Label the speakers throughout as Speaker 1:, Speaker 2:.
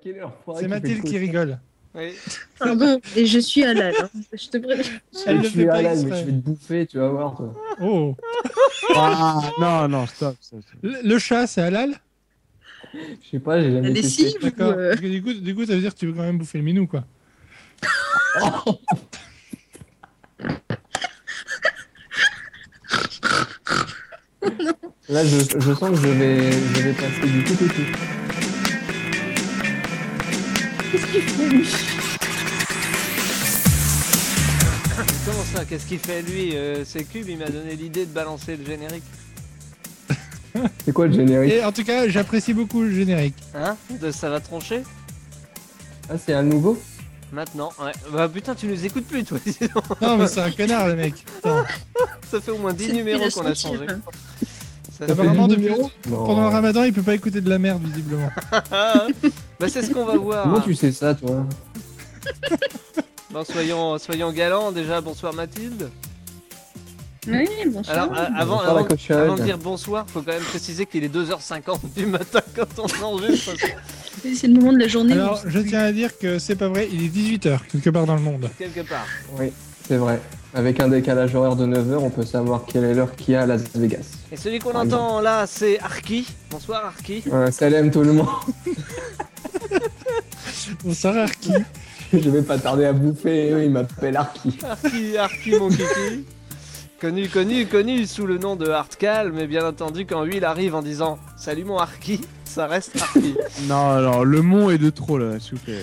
Speaker 1: quel est l'enfoiré
Speaker 2: C'est
Speaker 1: qui fait le
Speaker 2: Mathilde
Speaker 1: coach
Speaker 2: qui rigole.
Speaker 3: Oui.
Speaker 4: Pardon, et je suis halal. hein. Je te préviens.
Speaker 2: Elle
Speaker 1: Je
Speaker 2: le
Speaker 1: suis
Speaker 2: fait pas
Speaker 1: halal, mais
Speaker 2: exprès.
Speaker 1: je vais te bouffer, tu vas voir. toi.
Speaker 2: Oh.
Speaker 5: Ah, non, non, stop. stop, stop.
Speaker 2: Le, le chat, c'est halal
Speaker 1: Je sais pas, j'ai
Speaker 4: La
Speaker 1: jamais testé.
Speaker 4: lessive ou
Speaker 2: D'accord.
Speaker 4: euh,
Speaker 2: Parce que Du, coup, du coup, ça veut dire que tu veux quand même bouffer le minou, quoi.
Speaker 1: Là, je, je sens que je vais, je vais passer du tout au tout.
Speaker 4: qu'est-ce qu'il fait, lui
Speaker 3: Comment ça Qu'est-ce qu'il fait lui Euh, C'est Cube, il m'a donné l'idée de balancer le générique.
Speaker 1: C'est quoi le générique
Speaker 2: Et en tout cas, j'apprécie beaucoup le générique.
Speaker 3: Hein De- Ça va troncher
Speaker 1: Ah, c'est un nouveau
Speaker 3: Maintenant Ouais. Bah putain, tu nous écoutes plus toi. sinon.
Speaker 2: Non, mais c'est un connard, le mec. Attends.
Speaker 3: ça fait au moins 10
Speaker 4: C'est
Speaker 3: numéros
Speaker 4: depuis
Speaker 3: qu'on
Speaker 4: la
Speaker 3: a changé.
Speaker 4: centième.
Speaker 2: Ça
Speaker 3: Ça fait-
Speaker 2: va Apparemment,
Speaker 1: C'est du
Speaker 2: depuis-
Speaker 1: numéro
Speaker 5: Oh.
Speaker 1: Non.
Speaker 2: Pendant le ramadan, il peut pas écouter de la merde, visiblement.
Speaker 3: Ah, bah c'est ce qu'on va voir.
Speaker 1: Comment tu sais ça, toi
Speaker 3: Bon, soyons, soyons galants déjà. Bonsoir Mathilde.
Speaker 4: Oui, bonsoir.
Speaker 3: Alors euh, avant,
Speaker 1: Bonsoir, la
Speaker 3: avant,
Speaker 1: cochonne.
Speaker 3: avant de dire bonsoir, faut quand même préciser qu'il est 2h50 du matin quand on enregistre.
Speaker 4: C'est le moment de la journée.
Speaker 2: Alors,
Speaker 4: où-
Speaker 2: je tiens à dire que c'est pas vrai, il est 18h, quelque part dans le monde.
Speaker 3: quelque part.
Speaker 1: Oui, c'est vrai. Avec un décalage horaire de 9h, on peut savoir quelle est l'heure qu'il y a à Las Vegas.
Speaker 3: Et celui qu'on
Speaker 1: Ah,
Speaker 3: entend là, c'est Arki. Bonsoir Arki.
Speaker 1: Ouais, salam Euh, tout le monde,
Speaker 2: On saura qui.
Speaker 1: je vais pas tarder à bouffer, eux, ils m'appellent Arki.
Speaker 3: Arki, Arki mon kiki. Connu, connu, connu sous le nom de Hardcal, mais bien entendu quand lui il arrive en disant Salut mon Arki, ça reste Arki.
Speaker 5: Non, non, le mont est de trop, là, s'il vous plaît.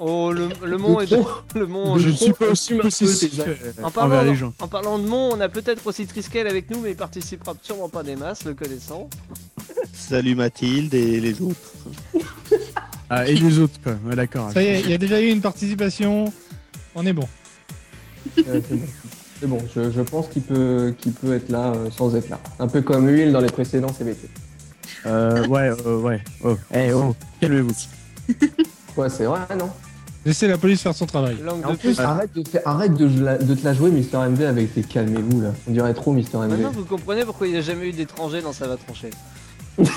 Speaker 3: Oh le, le mont est de- le mont.
Speaker 5: je
Speaker 3: je-
Speaker 5: ne suis pas
Speaker 1: assume
Speaker 5: aussi
Speaker 1: un peu
Speaker 5: possessif
Speaker 1: tes
Speaker 5: euh,
Speaker 3: En
Speaker 5: envers
Speaker 3: parlant,
Speaker 5: les gens.
Speaker 3: en parlant de mont, on a peut-être aussi Triskel avec nous, mais il participera sûrement pas des masses, le connaissant.
Speaker 6: Salut Mathilde et les autres.
Speaker 5: Ah, et les autres, quoi. Ouais, d'accord.
Speaker 2: Ça y est, il y a déjà eu une participation. On est bon.
Speaker 1: Euh, c'est bon. C'est bon, je, je pense qu'il peut, qu'il peut être là euh, sans être là. Un peu comme Huile dans les précédents CBT.
Speaker 5: Euh, ouais, euh, ouais. Oh, eh, oh, calmez-vous.
Speaker 1: Quoi, c'est vrai, non
Speaker 2: Laissez la police faire son travail.
Speaker 3: Langue
Speaker 1: En
Speaker 3: de
Speaker 1: plus,
Speaker 3: plus.
Speaker 1: arrête, de, faire- arrête de, la- de te la jouer, Mister MV, avec tes calmez-vous là. On dirait trop Mister MV.
Speaker 3: Maintenant vous comprenez pourquoi il n'y a jamais eu d'étrangers dans Ça va troncher.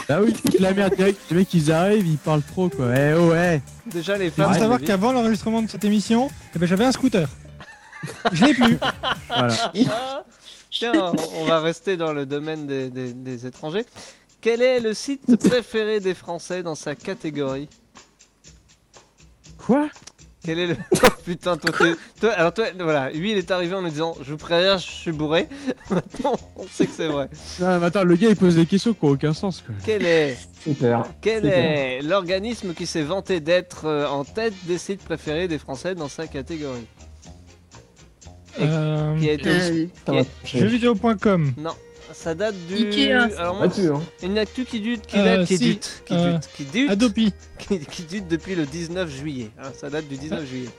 Speaker 5: Ah oui, c'est la merde direct. Les mecs, ils arrivent, ils parlent trop, quoi. Eh, oh, eh.
Speaker 3: Déjà les
Speaker 2: Il
Speaker 3: femmes.
Speaker 2: faut savoir
Speaker 3: je l'ai
Speaker 2: qu'avant l'enregistrement de cette émission, eh ben, j'avais un scooter. Je l'ai plus.
Speaker 5: Voilà.
Speaker 3: dit. Ah, Tiens, on- on va rester dans le domaine des, des- des étrangers. Quel est le site préféré des Français dans sa catégorie
Speaker 5: Quoi
Speaker 3: Quel est le. Oh, Putain, toi, t'es- toi, alors toi, voilà, lui il est arrivé en nous disant Je vous préviens, je suis bourré. Maintenant, on sait que c'est vrai.
Speaker 5: Non, mais attends, le gars, il pose des questions qui n'ont aucun sens, quoi.
Speaker 3: Quel est
Speaker 1: Super.
Speaker 3: quel
Speaker 1: C'est
Speaker 3: est l'organisme qui s'est vanté d'être euh, en tête des sites préférés des Français dans sa catégorie
Speaker 2: Euh,
Speaker 3: Qui a été aussi-
Speaker 4: Euh,
Speaker 1: Ça va
Speaker 3: Ok.
Speaker 1: trancher.
Speaker 2: Jeuxvideo.com.
Speaker 3: Ça date du.
Speaker 4: Ikea.
Speaker 3: Alors, moi,
Speaker 1: Vas-tu, hein
Speaker 3: une actu qui dute, qui
Speaker 2: Euh,
Speaker 3: date, qui
Speaker 2: si,
Speaker 3: dute, qui
Speaker 2: euh,
Speaker 3: dute, qui dute,
Speaker 2: Adopi.
Speaker 3: qui, qui dute depuis le 19 juillet. hein, ça date du 19 juillet.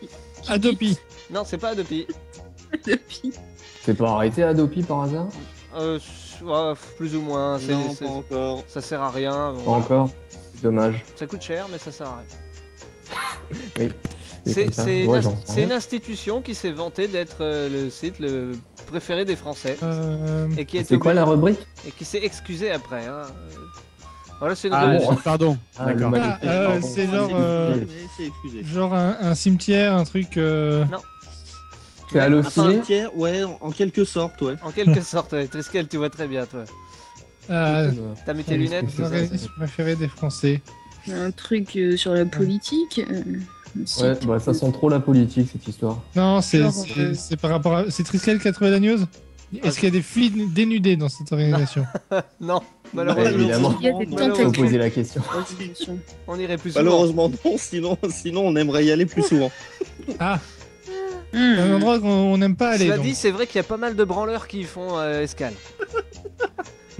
Speaker 2: Adopi.
Speaker 3: Non, c'est pas depuis.
Speaker 4: depuis.
Speaker 1: C'est pas arrêté Adopi par hasard
Speaker 3: Euh, s- ouais, plus ou moins. c'est-
Speaker 6: Non,
Speaker 3: c'est-
Speaker 6: pas encore.
Speaker 3: Ça sert à rien.
Speaker 1: Pas encore Dommage.
Speaker 3: Ça coûte cher, mais ça sert à rien.
Speaker 1: C'est
Speaker 3: C'est
Speaker 1: comme ça.
Speaker 3: c'est
Speaker 1: Ouais,
Speaker 3: une,
Speaker 1: j'en
Speaker 3: ins-
Speaker 1: sais
Speaker 3: c'est une
Speaker 1: rien.
Speaker 3: institution qui s'est vantée d'être euh, le site le préféré des Français
Speaker 2: Euh,
Speaker 3: et qui, a été
Speaker 1: C'est quoi la rubrique
Speaker 3: obli- et qui s'est excusée après. hein. Euh, Voilà, c'est une
Speaker 5: Ah,
Speaker 3: raison.
Speaker 1: bon.
Speaker 5: pardon.
Speaker 1: Ah, le
Speaker 5: D'accord.
Speaker 1: magnétisme,
Speaker 2: Ah, euh,
Speaker 1: pardon.
Speaker 2: c'est genre, euh,
Speaker 6: C'est excusé.
Speaker 2: genre un, un cimetière, un truc. euh,
Speaker 1: C'est halluciné
Speaker 6: Cimetière, ouais, en en quelque sorte, ouais.
Speaker 3: En quelque sorte, ouais. Triskel, tu vois très bien, toi.
Speaker 2: euh,
Speaker 3: T'as mis tes lunettes
Speaker 1: Ah, c'est ça,
Speaker 2: L'organisme préféré des Français.
Speaker 4: Un truc euh, sur la politique. euh, un site.
Speaker 1: Ouais, bah, ça sent trop la politique cette histoire.
Speaker 2: Non, c'est
Speaker 4: Genre,
Speaker 2: c'est-
Speaker 4: euh,
Speaker 2: c'est par rapport à. C'est Triskel qui a trouvé la news Est-ce qu'il y a des filles dénudées dans cette organisation
Speaker 3: Non,
Speaker 1: Ouais,
Speaker 3: malheureusement,
Speaker 1: Bah, évidemment.
Speaker 4: Il y a des
Speaker 6: Malheureusement,
Speaker 1: Faut
Speaker 4: tentacules.
Speaker 1: poser la question.
Speaker 4: Attention.
Speaker 3: on irait plus souvent.
Speaker 6: Malheureusement non, sinon, sinon on aimerait y aller plus souvent.
Speaker 2: Ah,
Speaker 4: Hum.
Speaker 2: un endroit qu'on on n'aime pas aller.
Speaker 3: Cela
Speaker 2: donc.
Speaker 3: dit, c'est vrai qu'il y a pas mal de branleurs qui y font euh, escale.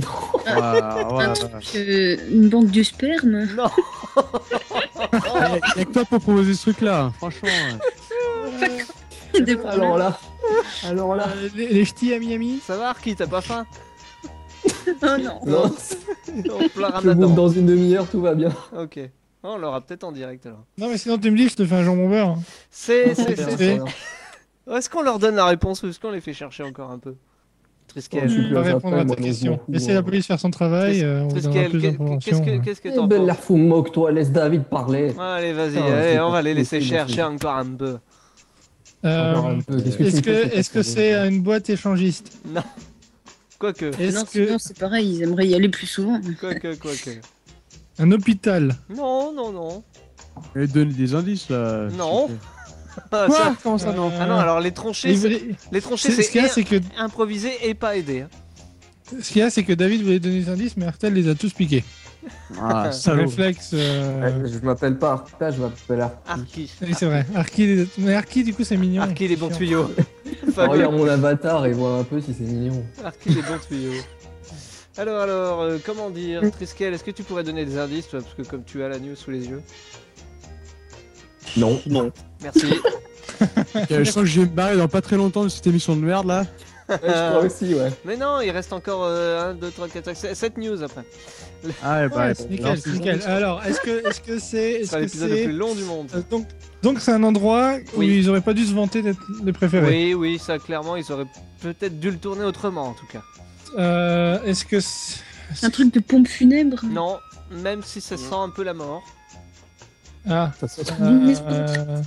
Speaker 5: Ouah,
Speaker 4: Un
Speaker 5: ouah.
Speaker 4: truc, euh, une banque du sperme. hein,
Speaker 3: Non,
Speaker 5: Eh, Y'a que toi pour proposer ce truc-là, hein. franchement. ouais.
Speaker 4: Des
Speaker 1: Alors là, alors là.
Speaker 2: Euh, les, les ch'tis à Miami
Speaker 3: ça va, Arki, t'as pas faim
Speaker 4: Oh non.
Speaker 1: Non,
Speaker 3: On plein
Speaker 1: je bouffe
Speaker 3: ramadan.
Speaker 1: dans une demi-heure, tout va bien.
Speaker 3: Ok. Oh, On l'aura peut-être en direct alors.
Speaker 2: Non, mais sinon, tu me dis, je te fais un jambon beurre. hein.
Speaker 3: C'est, c'est,
Speaker 1: Ah,
Speaker 2: c'est-
Speaker 3: c'est-
Speaker 2: c'est-
Speaker 3: Est-ce qu'on leur donne la réponse ou est-ce qu'on les fait chercher encore un peu Triskel.
Speaker 1: Je
Speaker 2: Je
Speaker 1: suis
Speaker 2: vais
Speaker 1: plus
Speaker 2: pas
Speaker 1: à ça
Speaker 2: répondre
Speaker 1: après,
Speaker 2: à ta
Speaker 1: moi, je m'en
Speaker 2: question.
Speaker 1: fous,
Speaker 2: Laissez la
Speaker 1: hein.
Speaker 2: police faire son travail, euh, on vous donnera
Speaker 3: Triskel,
Speaker 2: plus
Speaker 3: qu'est-ce
Speaker 2: d'informations.
Speaker 3: que qu'est-ce que t'en
Speaker 1: Eh ben, la
Speaker 3: penses
Speaker 1: fou moque toi, laisse David parler.
Speaker 3: Allez, vas-y,
Speaker 1: Putain,
Speaker 3: allez,
Speaker 1: c'est
Speaker 3: on
Speaker 1: pas
Speaker 3: va les laisser
Speaker 1: possible,
Speaker 3: chercher encore un peu.
Speaker 1: Encore
Speaker 2: Euh,
Speaker 1: un peu. Qu'est-ce que
Speaker 2: Est-ce
Speaker 1: tu me fais,
Speaker 2: que est-ce que c'est euh, une boîte échangiste
Speaker 3: Quoique,
Speaker 2: Est-ce
Speaker 4: Non,
Speaker 2: que
Speaker 4: sinon, c'est pareil, ils aimeraient y aller plus souvent.
Speaker 3: quoique, quoique.
Speaker 2: un hôpital
Speaker 3: Non, non, non.
Speaker 5: Mais donne des indices là.
Speaker 3: Non.
Speaker 5: s'il te
Speaker 3: Ah,
Speaker 5: plaît.
Speaker 3: ça-
Speaker 5: Quoi Comment ça non
Speaker 3: ah non, alors les tranchées,
Speaker 2: Il
Speaker 3: c'est-
Speaker 2: voulait-
Speaker 3: les tranchées,
Speaker 2: c'est- Ce
Speaker 3: c'est
Speaker 2: qu'il y a, c'est que
Speaker 3: im- improvisé et pas aidé. hein.
Speaker 2: ce qu'il y a, c'est que David voulait donner des indices, mais Artel les a tous piqués.
Speaker 5: Ah, salaud.
Speaker 2: Réflexe. euh,
Speaker 1: Ouais, Je m'appelle pas Arta, je m'appelle Arta.
Speaker 3: Arki.
Speaker 2: Oui, c'est vrai. Arki, les a- mais Arki, du coup, c'est mignon.
Speaker 3: Arki les bons
Speaker 2: Chiant.
Speaker 3: tuyaux. Fabien,
Speaker 1: Regarde mon avatar et vois un peu si c'est mignon.
Speaker 3: Arki les bons tuyaux. Alors, alors, euh, comment dire Triskel, est-ce que tu pourrais donner des indices, toi Parce que comme tu as la news sous les yeux.
Speaker 1: Non.
Speaker 6: Non.
Speaker 3: Merci.
Speaker 5: Ok, Je sens que je vais me barrer dans pas très longtemps de cette émission de merde là.
Speaker 1: Je crois aussi, ouais.
Speaker 3: Euh, Mais non, il reste encore euh, 1, 2, 3, 4, 5, 7 news après.
Speaker 5: Ah,
Speaker 2: Ouais,
Speaker 5: bah,
Speaker 2: c'est nickel, c'est nickel. Alors, est-ce que est-ce que c'est
Speaker 3: Ce
Speaker 2: est-ce
Speaker 3: sera
Speaker 2: que
Speaker 3: l'épisode le
Speaker 2: c'est
Speaker 3: plus long du monde.
Speaker 2: euh, donc donc c'est un endroit où
Speaker 3: Oui.
Speaker 2: ils auraient pas dû se vanter d'être les préférés.
Speaker 3: Oui, oui, ça clairement, ils auraient peut-être dû le tourner autrement en tout cas.
Speaker 2: Euh, est-ce que c'est-
Speaker 4: C'est un truc de pompe funèbre
Speaker 2: Mm.
Speaker 3: Non, même si ça sent un peu la mort.
Speaker 2: ah
Speaker 1: Ça sent,
Speaker 4: Une
Speaker 2: euh,
Speaker 5: ça sent la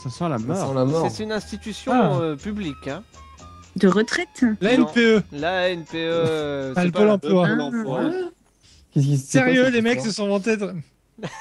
Speaker 1: ça sent
Speaker 5: mort.
Speaker 1: la mort.
Speaker 3: C'est une institution
Speaker 5: Ah.
Speaker 3: euh, publique. Hein.
Speaker 4: De retraite hein.
Speaker 2: la E.
Speaker 3: Non.
Speaker 2: NPE.
Speaker 3: La NPE. euh,
Speaker 2: Ah,
Speaker 3: c'est
Speaker 2: le
Speaker 3: pas
Speaker 2: Pôle
Speaker 3: la-
Speaker 2: emploi.
Speaker 6: Euh, l'emploi.
Speaker 1: Qu'est-ce qui se
Speaker 2: Sérieux,
Speaker 1: passe,
Speaker 2: les
Speaker 1: cette
Speaker 2: mecs se
Speaker 1: histoire
Speaker 2: sont vantés. de-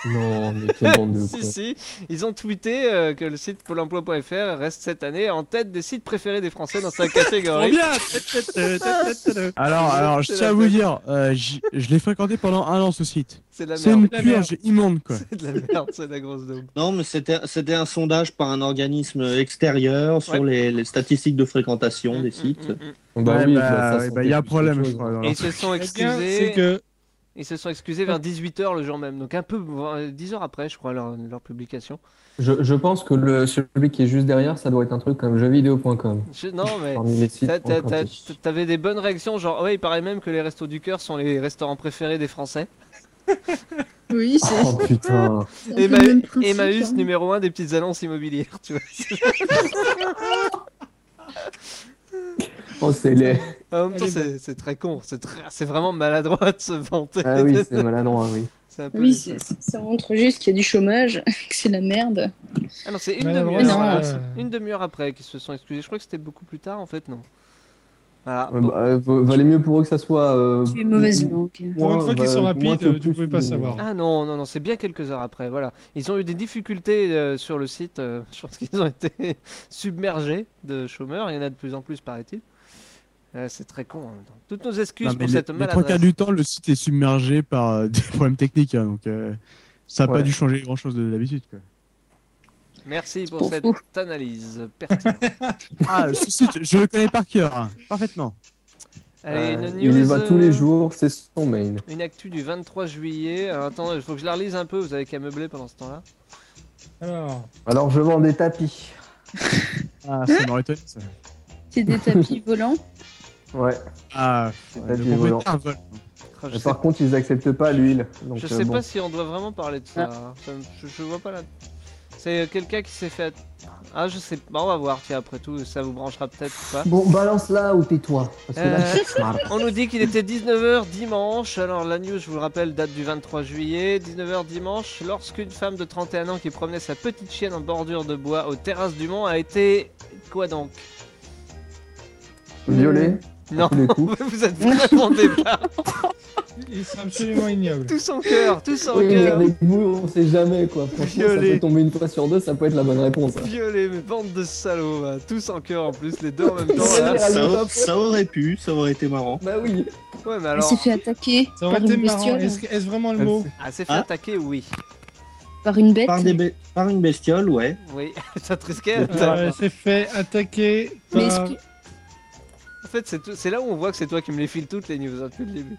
Speaker 1: Non, mais quelle bande de
Speaker 3: Si,
Speaker 1: cons.
Speaker 2: euh,
Speaker 3: si, ils ont tweeté euh, que le site pôle emploi.fr reste cette année en tête des sites préférés des Français dans sa
Speaker 2: Trop
Speaker 3: catégorie.
Speaker 2: bien
Speaker 5: Alors, alors, je tiens à vous dire, euh, j'y- je l'ai fréquenté pendant un an ce site.
Speaker 3: C'est de la
Speaker 5: C'est une
Speaker 3: merde.
Speaker 2: La merde.
Speaker 5: purge immonde quoi.
Speaker 3: C'est de la merde, c'est de la grosse daube.
Speaker 6: Non, mais c'était c'était un sondage par un organisme extérieur sur
Speaker 3: Ouais.
Speaker 6: les, les statistiques de fréquentation
Speaker 1: Mm-hmm.
Speaker 6: des sites.
Speaker 3: Mm, mm, mm.
Speaker 1: Bah
Speaker 5: Ouais,
Speaker 1: oui,
Speaker 5: bah,
Speaker 1: ça
Speaker 5: ouais,
Speaker 1: sentait
Speaker 5: bah, il y a un
Speaker 1: plus
Speaker 5: problème,
Speaker 1: qu'autre
Speaker 5: je
Speaker 1: chose.
Speaker 5: crois. alors.
Speaker 3: Et ils se sont
Speaker 2: Ce qui est bien, C'est
Speaker 3: excusés.
Speaker 2: que
Speaker 3: Ils se sont excusés vers 18h le jour même, donc un peu euh, 10 heures après, je crois, leur, leur publication.
Speaker 1: Je, je pense que le, celui qui est juste derrière, ça doit être un truc comme jeuxvideo.com.
Speaker 3: Je- Non, mais
Speaker 1: Parmi les sites.
Speaker 3: T'as- t'as-
Speaker 1: encore
Speaker 3: t'as-
Speaker 1: plus.
Speaker 3: T'avais des bonnes réactions, genre ouais, il paraît même que les restos du cœur sont les restaurants préférés des Français.
Speaker 4: Oui, c'est
Speaker 1: Oh putain.
Speaker 4: c'est un peu
Speaker 3: Emma-
Speaker 4: le même principe,
Speaker 3: Emmaüs
Speaker 4: hein.
Speaker 3: numéro 1 des petites annonces immobilières, tu vois.
Speaker 1: Oh, c'est les.
Speaker 3: Ah, En même temps,
Speaker 2: Elle est
Speaker 3: c'est c'est très con, c'est très- c'est vraiment maladroit de se vanter.
Speaker 1: Ah oui, c'est maladroit, oui.
Speaker 3: c'est un peu.
Speaker 4: Oui, c'est- ça montre juste qu'il y a du chômage, que c'est la merde.
Speaker 3: Ah non, c'est une
Speaker 2: Maladroit,
Speaker 3: demi-heure.
Speaker 4: c'est-
Speaker 3: voilà,
Speaker 2: euh,
Speaker 3: c'est Une demi-heure après qu'ils se sont excusés. Je crois que c'était beaucoup plus tard en fait, non. Voilà.
Speaker 1: Ouais,
Speaker 3: bon.
Speaker 1: bah, euh, vaut- valait mieux pour eux que ça soit. euh,
Speaker 4: Tu es mauvaise langue.
Speaker 2: pour
Speaker 1: moins-
Speaker 2: une fois qu'ils sont
Speaker 1: bah, moins
Speaker 2: rapides,
Speaker 1: que
Speaker 2: euh, tu
Speaker 1: plus,
Speaker 2: pouvais pas
Speaker 1: mais-
Speaker 2: savoir.
Speaker 3: Ah non, non, non, c'est bien quelques heures après, voilà. Ils ont eu des difficultés euh, sur le site, euh, je pense qu'ils ont été submergés de chômeurs, il y en a de plus en plus, paraît-il. Euh, c'est très con en même temps. Toutes nos excuses
Speaker 5: Non, mais
Speaker 3: pour
Speaker 5: les,
Speaker 3: cette
Speaker 5: les trois quarts
Speaker 3: maladresse.
Speaker 5: du temps, le site est submergé par euh, des problèmes techniques, hein, donc euh, ça n'a
Speaker 1: Ouais.
Speaker 5: pas dû changer grand chose de d'habitude. quoi.
Speaker 3: Merci pour
Speaker 4: pour
Speaker 3: cette
Speaker 4: fou.
Speaker 3: analyse pertinente.
Speaker 5: Ah, ce site, je le connais par cœur, hein, parfaitement.
Speaker 3: Allez,
Speaker 1: euh,
Speaker 3: une
Speaker 1: il y
Speaker 3: news,
Speaker 1: va tous les
Speaker 3: euh,
Speaker 1: jours, c'est son main.
Speaker 3: Une actu du 23 juillet. Alors, attends, il faut que je la relise un peu, vous avez qu'à meubler pendant ce temps-là.
Speaker 2: Alors,
Speaker 1: Alors je vends des tapis.
Speaker 5: Ah, ça m'aurait étonné ça.
Speaker 4: C'est des tapis volants.
Speaker 1: Ouais.
Speaker 5: Ah,
Speaker 1: pas
Speaker 5: ouais,
Speaker 1: du
Speaker 5: le gros
Speaker 1: volant.
Speaker 5: pétard vole.
Speaker 3: Oh, Je
Speaker 1: Mais
Speaker 3: sais,
Speaker 1: par contre, ils acceptent pas l'huile. Donc,
Speaker 3: je
Speaker 1: euh,
Speaker 3: sais
Speaker 1: bon.
Speaker 3: pas si on doit vraiment parler de ça.
Speaker 1: Ah.
Speaker 3: hein. Ça me- je, je vois pas là. C'est euh, quelqu'un qui s'est fait. Ah, je sais pas, on va voir, tiens, après tout, ça vous branchera peut-être ou pas.
Speaker 1: Bon, balance là ou tais-toi. Parce que là,
Speaker 3: Euh,
Speaker 1: je suis marre.
Speaker 3: On nous dit qu'il était 19h dimanche. Alors la news, je vous le rappelle, date du 23 juillet. 19h dimanche, lorsqu'une femme de 31 ans qui promenait sa petite chienne en bordure de bois aux terrasses du Mont a été... Quoi donc
Speaker 1: Violet.
Speaker 3: Non.
Speaker 1: Tous les coups.
Speaker 3: Vous êtes vraiment des barres.
Speaker 2: ils sont absolument ignobles.
Speaker 3: Tout son cœur, tout son
Speaker 1: Oui, mais
Speaker 3: cœur.
Speaker 1: avec vous, on sait jamais quoi. Franchement, ça
Speaker 3: euh, Violet.
Speaker 1: peut tomber une fois sur deux, ça peut être la bonne réponse. hein.
Speaker 3: Violé, mais bande de salauds, va. tous en cœur en plus, les deux en même temps.
Speaker 1: Violet,
Speaker 3: là.
Speaker 1: Ah,
Speaker 6: Ça,
Speaker 1: le top.
Speaker 6: ça aurait pu, ça aurait été marrant.
Speaker 1: Bah oui.
Speaker 3: Ouais, mais
Speaker 4: Elle
Speaker 3: alors,
Speaker 4: s'est fait attaquer
Speaker 2: Ça aurait
Speaker 4: par
Speaker 2: été
Speaker 4: une
Speaker 2: marrant.
Speaker 4: bestiole,
Speaker 2: Est-ce que- est-ce vraiment le mot
Speaker 3: ah, s'est fait
Speaker 6: Hein
Speaker 3: attaquer, oui.
Speaker 4: par une bête.
Speaker 6: Par, des be- par une bestiole, ouais.
Speaker 3: Oui, ça trisquait.
Speaker 2: Euh, Elle s'est fait attaquer
Speaker 4: Mais est-ce
Speaker 2: par...
Speaker 4: que-
Speaker 3: En fait, c'est tout- c'est là où on voit que c'est toi qui me les files toutes les news hein, depuis le début.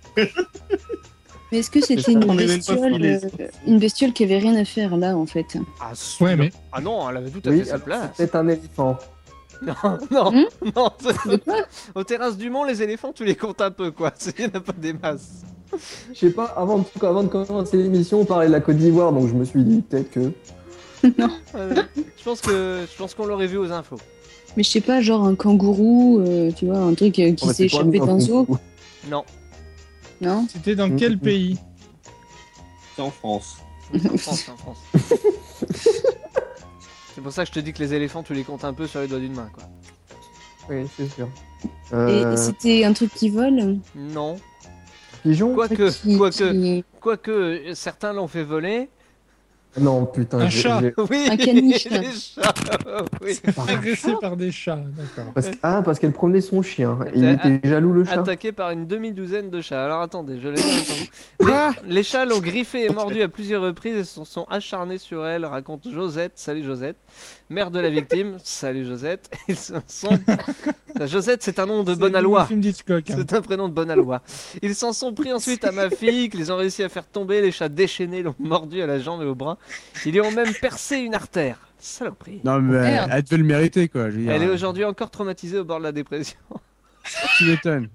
Speaker 4: mais est-ce que
Speaker 1: ça,
Speaker 4: c'était une
Speaker 6: on est même pas
Speaker 4: bestiole,
Speaker 6: filés,
Speaker 4: euh, une bestiole qui avait rien à faire là en fait
Speaker 3: Ah, si.
Speaker 2: Ouais, mais
Speaker 3: Ah non, elle avait tout à
Speaker 1: Oui,
Speaker 3: fait sa
Speaker 1: alors,
Speaker 3: place.
Speaker 1: C'est un éléphant.
Speaker 3: Non, non,
Speaker 4: Hmm
Speaker 3: non.
Speaker 4: De quoi
Speaker 3: Aux terrasses du Mont, les éléphants, tu les comptes un peu, quoi. Il n'y en a pas des masses.
Speaker 1: Je sais pas, avant de, avant de commencer l'émission, on parlait de la Côte d'Ivoire, donc je me suis dit peut-être que.
Speaker 3: Euh, je pense que je pense qu'on l'aurait vu aux infos.
Speaker 4: Mais je sais pas, genre un kangourou, euh, tu vois, un truc euh, qui
Speaker 1: Oh, bah,
Speaker 4: s'est
Speaker 1: c'est pas
Speaker 4: échappé
Speaker 1: nous,
Speaker 4: d'un
Speaker 1: hein.
Speaker 4: zoo,
Speaker 3: Non,
Speaker 4: non
Speaker 2: C'était dans
Speaker 1: Mm,
Speaker 2: quel
Speaker 1: mm.
Speaker 2: pays
Speaker 6: C'est en France.
Speaker 3: c'est en France, c'est en France. c'est pour ça que je te dis que les éléphants, tu les comptes un peu sur les doigts d'une main, quoi.
Speaker 1: Oui, c'est sûr.
Speaker 4: Et-
Speaker 1: Euh,
Speaker 4: Et c'était un truc qui vole
Speaker 3: Non.
Speaker 1: pigeon
Speaker 4: un truc
Speaker 3: Quoique,
Speaker 4: qui-
Speaker 3: quoique,
Speaker 4: qui-
Speaker 3: quoique, euh, certains l'ont fait voler.
Speaker 1: Non, putain.
Speaker 2: Un
Speaker 1: j'ai-
Speaker 2: chat.
Speaker 1: j'ai-
Speaker 3: Oui,
Speaker 4: Un caniche.
Speaker 3: les chats, oui.
Speaker 2: Agressé par des chats, d'accord.
Speaker 1: Parce- Ah, parce qu'elle promenait son chien. Et il
Speaker 3: Attends,
Speaker 1: était jaloux, le chat.
Speaker 3: attaqué par une demi-douzaine de chats. Alors attendez, je laisse. les, les chats l'ont griffé et mordu à plusieurs reprises et se sont acharnés sur elle, raconte Josette. Salut Josette, mère de la victime. Salut Josette. Ils se sont... Josette, c'est un nom de bonne
Speaker 2: loi.
Speaker 3: aloi.
Speaker 2: film d'Hitchcock. hein.
Speaker 3: C'est un prénom de bonne aloi. Ils s'en sont pris ensuite à ma fille, qu'ils ont réussi à faire tomber. Les chats déchaînés l'ont mordu à la jambe et au bras. Ils lui ont même percé une artère. Saloperie.
Speaker 5: Non,
Speaker 1: Oh,
Speaker 5: mais euh,
Speaker 4: Merde.
Speaker 5: elle, elle devait le mériter, quoi. Je veux dire,
Speaker 3: Elle est aujourd'hui encore traumatisée au bord de la dépression.
Speaker 5: Tu m'étonnes.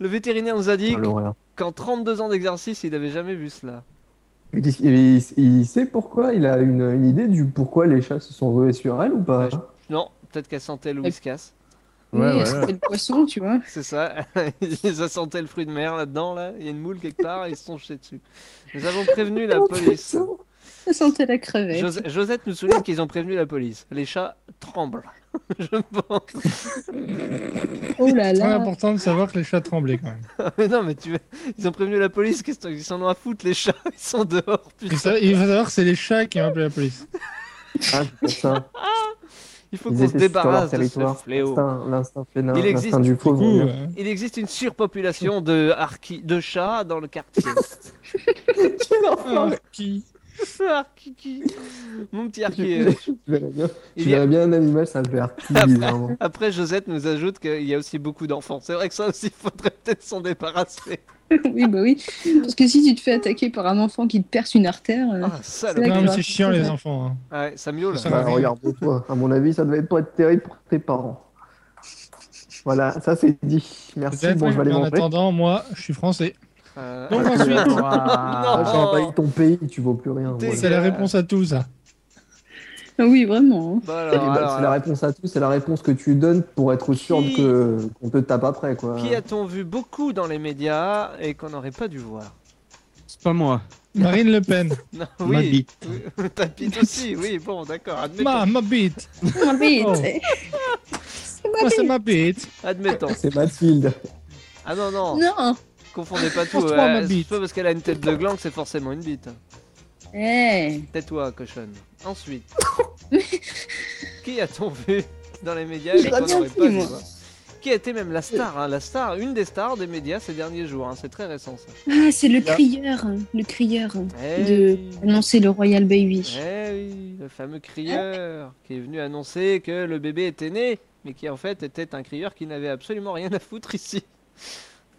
Speaker 3: Le vétérinaire nous a dit
Speaker 1: Ah, l'horreur.
Speaker 3: qu'en 32 ans d'exercice, il n'avait jamais vu cela.
Speaker 1: Mais qu'est-ce qu'il- il, il sait pourquoi Il a une, une idée du pourquoi les chats se sont rués sur elle ou pas
Speaker 3: Ouais, Non, peut-être qu'elle sentait le
Speaker 4: Et-
Speaker 3: whiskas.
Speaker 4: Oui,
Speaker 5: Ouais, ouais,
Speaker 4: c'était
Speaker 5: ouais.
Speaker 4: le poisson, tu vois.
Speaker 3: C'est ça. Ils sentaient le fruit de mer là-dedans, là. Il y a une moule quelque part, ils se sont jetés dessus. Nous avons prévenu la police.
Speaker 4: Ça sentait la crevette.
Speaker 3: Jos- Josette nous souligne qu'ils ont prévenu la police. Les chats tremblent. Je pense.
Speaker 4: Oh là
Speaker 2: C'est
Speaker 4: là.
Speaker 2: important de savoir que les chats tremblaient quand même.
Speaker 3: Mais non, mais tu Ils ont prévenu la police, qu'est-ce qu'ils s'en ont à foutre, les chats Ils sont dehors,
Speaker 2: Et
Speaker 3: putain.
Speaker 2: ça, il faut savoir que c'est les chats qui ont appelé la police.
Speaker 1: Ah, c'est ça.
Speaker 3: Il faut
Speaker 1: Ils étaient
Speaker 3: qu'on se
Speaker 1: sur leur
Speaker 3: débarrasse de ce
Speaker 1: territoire.
Speaker 3: fléau.
Speaker 1: L'instinct- L'instinct félin,
Speaker 3: Il existe
Speaker 1: l'instinct du
Speaker 2: Du
Speaker 1: pauvre.
Speaker 2: coup,
Speaker 1: bien.
Speaker 2: euh,
Speaker 3: Il existe une surpopulation de, harki- de chats dans le quartier.
Speaker 2: ah, qui
Speaker 3: Ah, Kiki. Mon petit
Speaker 1: Tu,
Speaker 3: harki. euh,
Speaker 1: tu verrais bien,
Speaker 3: il
Speaker 1: tu
Speaker 3: y a-
Speaker 1: verrais bien un animal s'appeler Artie, bizarrement.
Speaker 3: Après, Josette nous ajoute qu'il y a aussi beaucoup d'enfants. C'est vrai que ça aussi, il faudrait peut-être s'en débarrasser.
Speaker 4: Oui, bah oui. Parce que si tu te fais attaquer par un enfant qui te perce une artère, euh,
Speaker 3: Ah, salope.
Speaker 4: D'accord.
Speaker 2: Non, mais c'est chiant les enfants. hein.
Speaker 3: Ah Ouais, ça miaule.
Speaker 2: Ça
Speaker 1: Bah,
Speaker 2: va.
Speaker 1: Regarde-toi, à mon avis, ça devait pas être terrible pour tes parents. Voilà, ça c'est dit. Merci,
Speaker 2: Peut-être,
Speaker 1: bon, je vais aller
Speaker 2: mais en
Speaker 1: manger.
Speaker 2: attendant, moi, je suis français.
Speaker 3: Euh,
Speaker 2: Donc ensuite,
Speaker 1: Ah, J'ai
Speaker 3: Oh.
Speaker 1: envahi ton pays, tu vaux plus rien.
Speaker 3: T'es-
Speaker 1: voilà.
Speaker 2: c'est la réponse à tout ça.
Speaker 4: ah oui, vraiment. hein.
Speaker 3: bon,
Speaker 1: Eh
Speaker 3: bah alors,
Speaker 1: ben,
Speaker 3: alors,
Speaker 1: c'est la réponse à tout, c'est la réponse que tu donnes pour être sûr
Speaker 3: Qui-
Speaker 1: que qu'on te tape après quoi.
Speaker 3: Qui a-t-on vu beaucoup dans les médias et qu'on n'aurait pas dû voir
Speaker 5: C'est pas moi.
Speaker 2: Marine Le Pen.
Speaker 3: Non,
Speaker 5: Ma
Speaker 3: Oui,
Speaker 5: bite.
Speaker 3: oui, ta bite aussi, oui, bon, d'accord, admettons.
Speaker 2: Ma, ma bite.
Speaker 4: Ma bite.
Speaker 2: Oh.
Speaker 4: C'est ma
Speaker 2: Moi, c'est
Speaker 4: bite.
Speaker 2: ma bite.
Speaker 3: Admettons.
Speaker 1: C'est Mathilde.
Speaker 3: Ah non, non,
Speaker 4: Non.
Speaker 3: confondez pas tout.
Speaker 2: Montre-moi ma
Speaker 3: euh,
Speaker 2: bite.
Speaker 3: C'est pas parce qu'elle a une tête de gland que c'est forcément une bite.
Speaker 4: Eh.
Speaker 3: Tais-toi, cochonne. Ensuite, qui a-t-on vu dans les médias et
Speaker 4: J'ai
Speaker 3: qu'on
Speaker 4: rien
Speaker 3: n'aurait
Speaker 4: vu,
Speaker 3: pas dû
Speaker 4: moi.
Speaker 3: voir Qui a été même la star, hein, la star, une des stars des médias ces derniers jours, hein, c'est très récent ça.
Speaker 4: Ah, c'est le
Speaker 1: Là.
Speaker 4: crieur. hein, Le crieur.
Speaker 3: Eh
Speaker 4: De-
Speaker 3: oui.
Speaker 4: Annoncer le Royal Baby.
Speaker 3: Eh oui, le fameux crieur qui est venu annoncer que le bébé était né, mais qui en fait était un crieur qui n'avait absolument rien à foutre ici.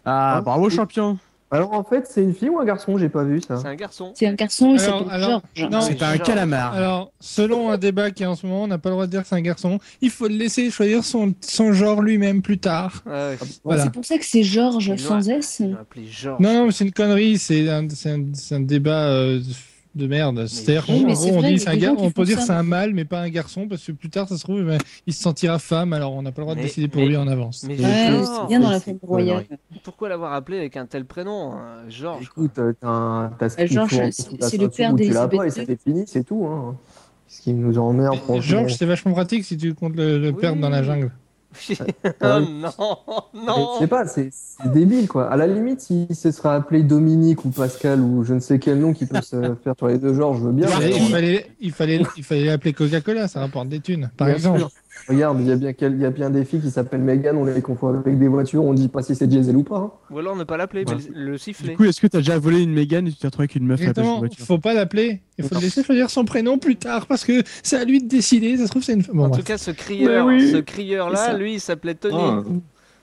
Speaker 5: Ah,
Speaker 1: Hein
Speaker 5: bravo, champion.
Speaker 1: Alors en fait, c'est une fille ou un garçon J'ai pas vu ça.
Speaker 3: C'est un garçon.
Speaker 4: C'est un garçon, il
Speaker 2: Alors,
Speaker 4: s'appelle
Speaker 2: alors,
Speaker 4: Georges.
Speaker 2: non.
Speaker 5: C'est un
Speaker 3: genre-
Speaker 5: calamar.
Speaker 2: Alors, selon un débat qui est en ce moment, on n'a pas le droit de dire que c'est un garçon. Il faut le laisser choisir son, son genre lui-même plus tard.
Speaker 3: Ah ouais,
Speaker 2: Voilà.
Speaker 4: C'est pour ça que c'est Georges
Speaker 3: Il
Speaker 4: sans S.
Speaker 3: ils l'ont appelé Georges.
Speaker 2: Non, non, mais c'est une connerie. C'est un, c'est un- c'est un débat euh, de merde. C'est-à-dire
Speaker 3: Oui,
Speaker 2: qu'en
Speaker 3: mais
Speaker 2: gros,
Speaker 4: c'est
Speaker 2: on
Speaker 4: vrai, il y
Speaker 2: dit
Speaker 4: a
Speaker 2: c'est un
Speaker 4: des
Speaker 2: gar-
Speaker 4: gens qui
Speaker 2: on peut
Speaker 4: font
Speaker 2: dire
Speaker 4: ça.
Speaker 2: c'est un mâle, mais pas un garçon, parce que plus tard, ça se trouve, ben, il se sentira femme. Alors, on n'a pas le droit de
Speaker 3: Mais-
Speaker 2: décider pour
Speaker 3: mais-
Speaker 2: lui en avance.
Speaker 3: Mais
Speaker 4: Ouais, c'est
Speaker 1: Oh,
Speaker 3: Georges,
Speaker 4: bien dans la famille royale.
Speaker 3: pourquoi l'avoir appelé avec un tel prénom, hein, Georges quoi.
Speaker 1: Écoute, euh, t'as un- t'as ce
Speaker 4: Euh,
Speaker 1: qu'il faut en
Speaker 4: Georges,
Speaker 1: dessous de la
Speaker 4: c'est le
Speaker 1: ceinture
Speaker 4: père
Speaker 1: où tu l'as pas
Speaker 4: d'Elisabeth
Speaker 1: et c'était
Speaker 4: II.
Speaker 1: fini, c'est tout. Hein. Ce qui nous emmerde franchement.
Speaker 2: Georges, c'est vachement pratique si tu comptes le, le
Speaker 3: Oui.
Speaker 2: perdre dans la jungle.
Speaker 3: oh non,
Speaker 1: Mais
Speaker 3: non.
Speaker 1: Je sais pas, c'est c'est débile quoi. À la limite, si ce sera appelé Dominique ou Pascal ou je ne sais quel nom qui peut se faire sur les deux Georges, je veux bien.
Speaker 2: Il,
Speaker 1: mais-
Speaker 2: il fallait, il fallait, il fallait l'appeler Coca-Cola, ça rapporte des thunes, par
Speaker 1: Bien
Speaker 2: exemple.
Speaker 1: sûr. Regarde, il y, a bien quel- il y a bien des filles qui s'appellent Megan, on les confond avec des voitures, on dit pas si c'est diesel ou pas. hein.
Speaker 3: Ou alors ne pas l'appeler, mais
Speaker 1: Ouais.
Speaker 3: le, le
Speaker 5: Du
Speaker 3: siffler.
Speaker 5: coup, est-ce que t'as déjà volé une Mégane et tu t'es retrouvé avec une meuf à la place d'une
Speaker 2: Exactement,
Speaker 5: voiture
Speaker 2: faut pas l'appeler. Il faut le laisser choisir son prénom plus tard parce que c'est à lui de décider. Ça se trouve, c'est une. Bon,
Speaker 3: en tout
Speaker 2: bref.
Speaker 3: cas, ce crieur,
Speaker 5: Mais oui.
Speaker 3: ce crieur
Speaker 4: C'est
Speaker 3: là,
Speaker 4: ça.
Speaker 3: lui, il s'appelait Tony.
Speaker 6: Ah,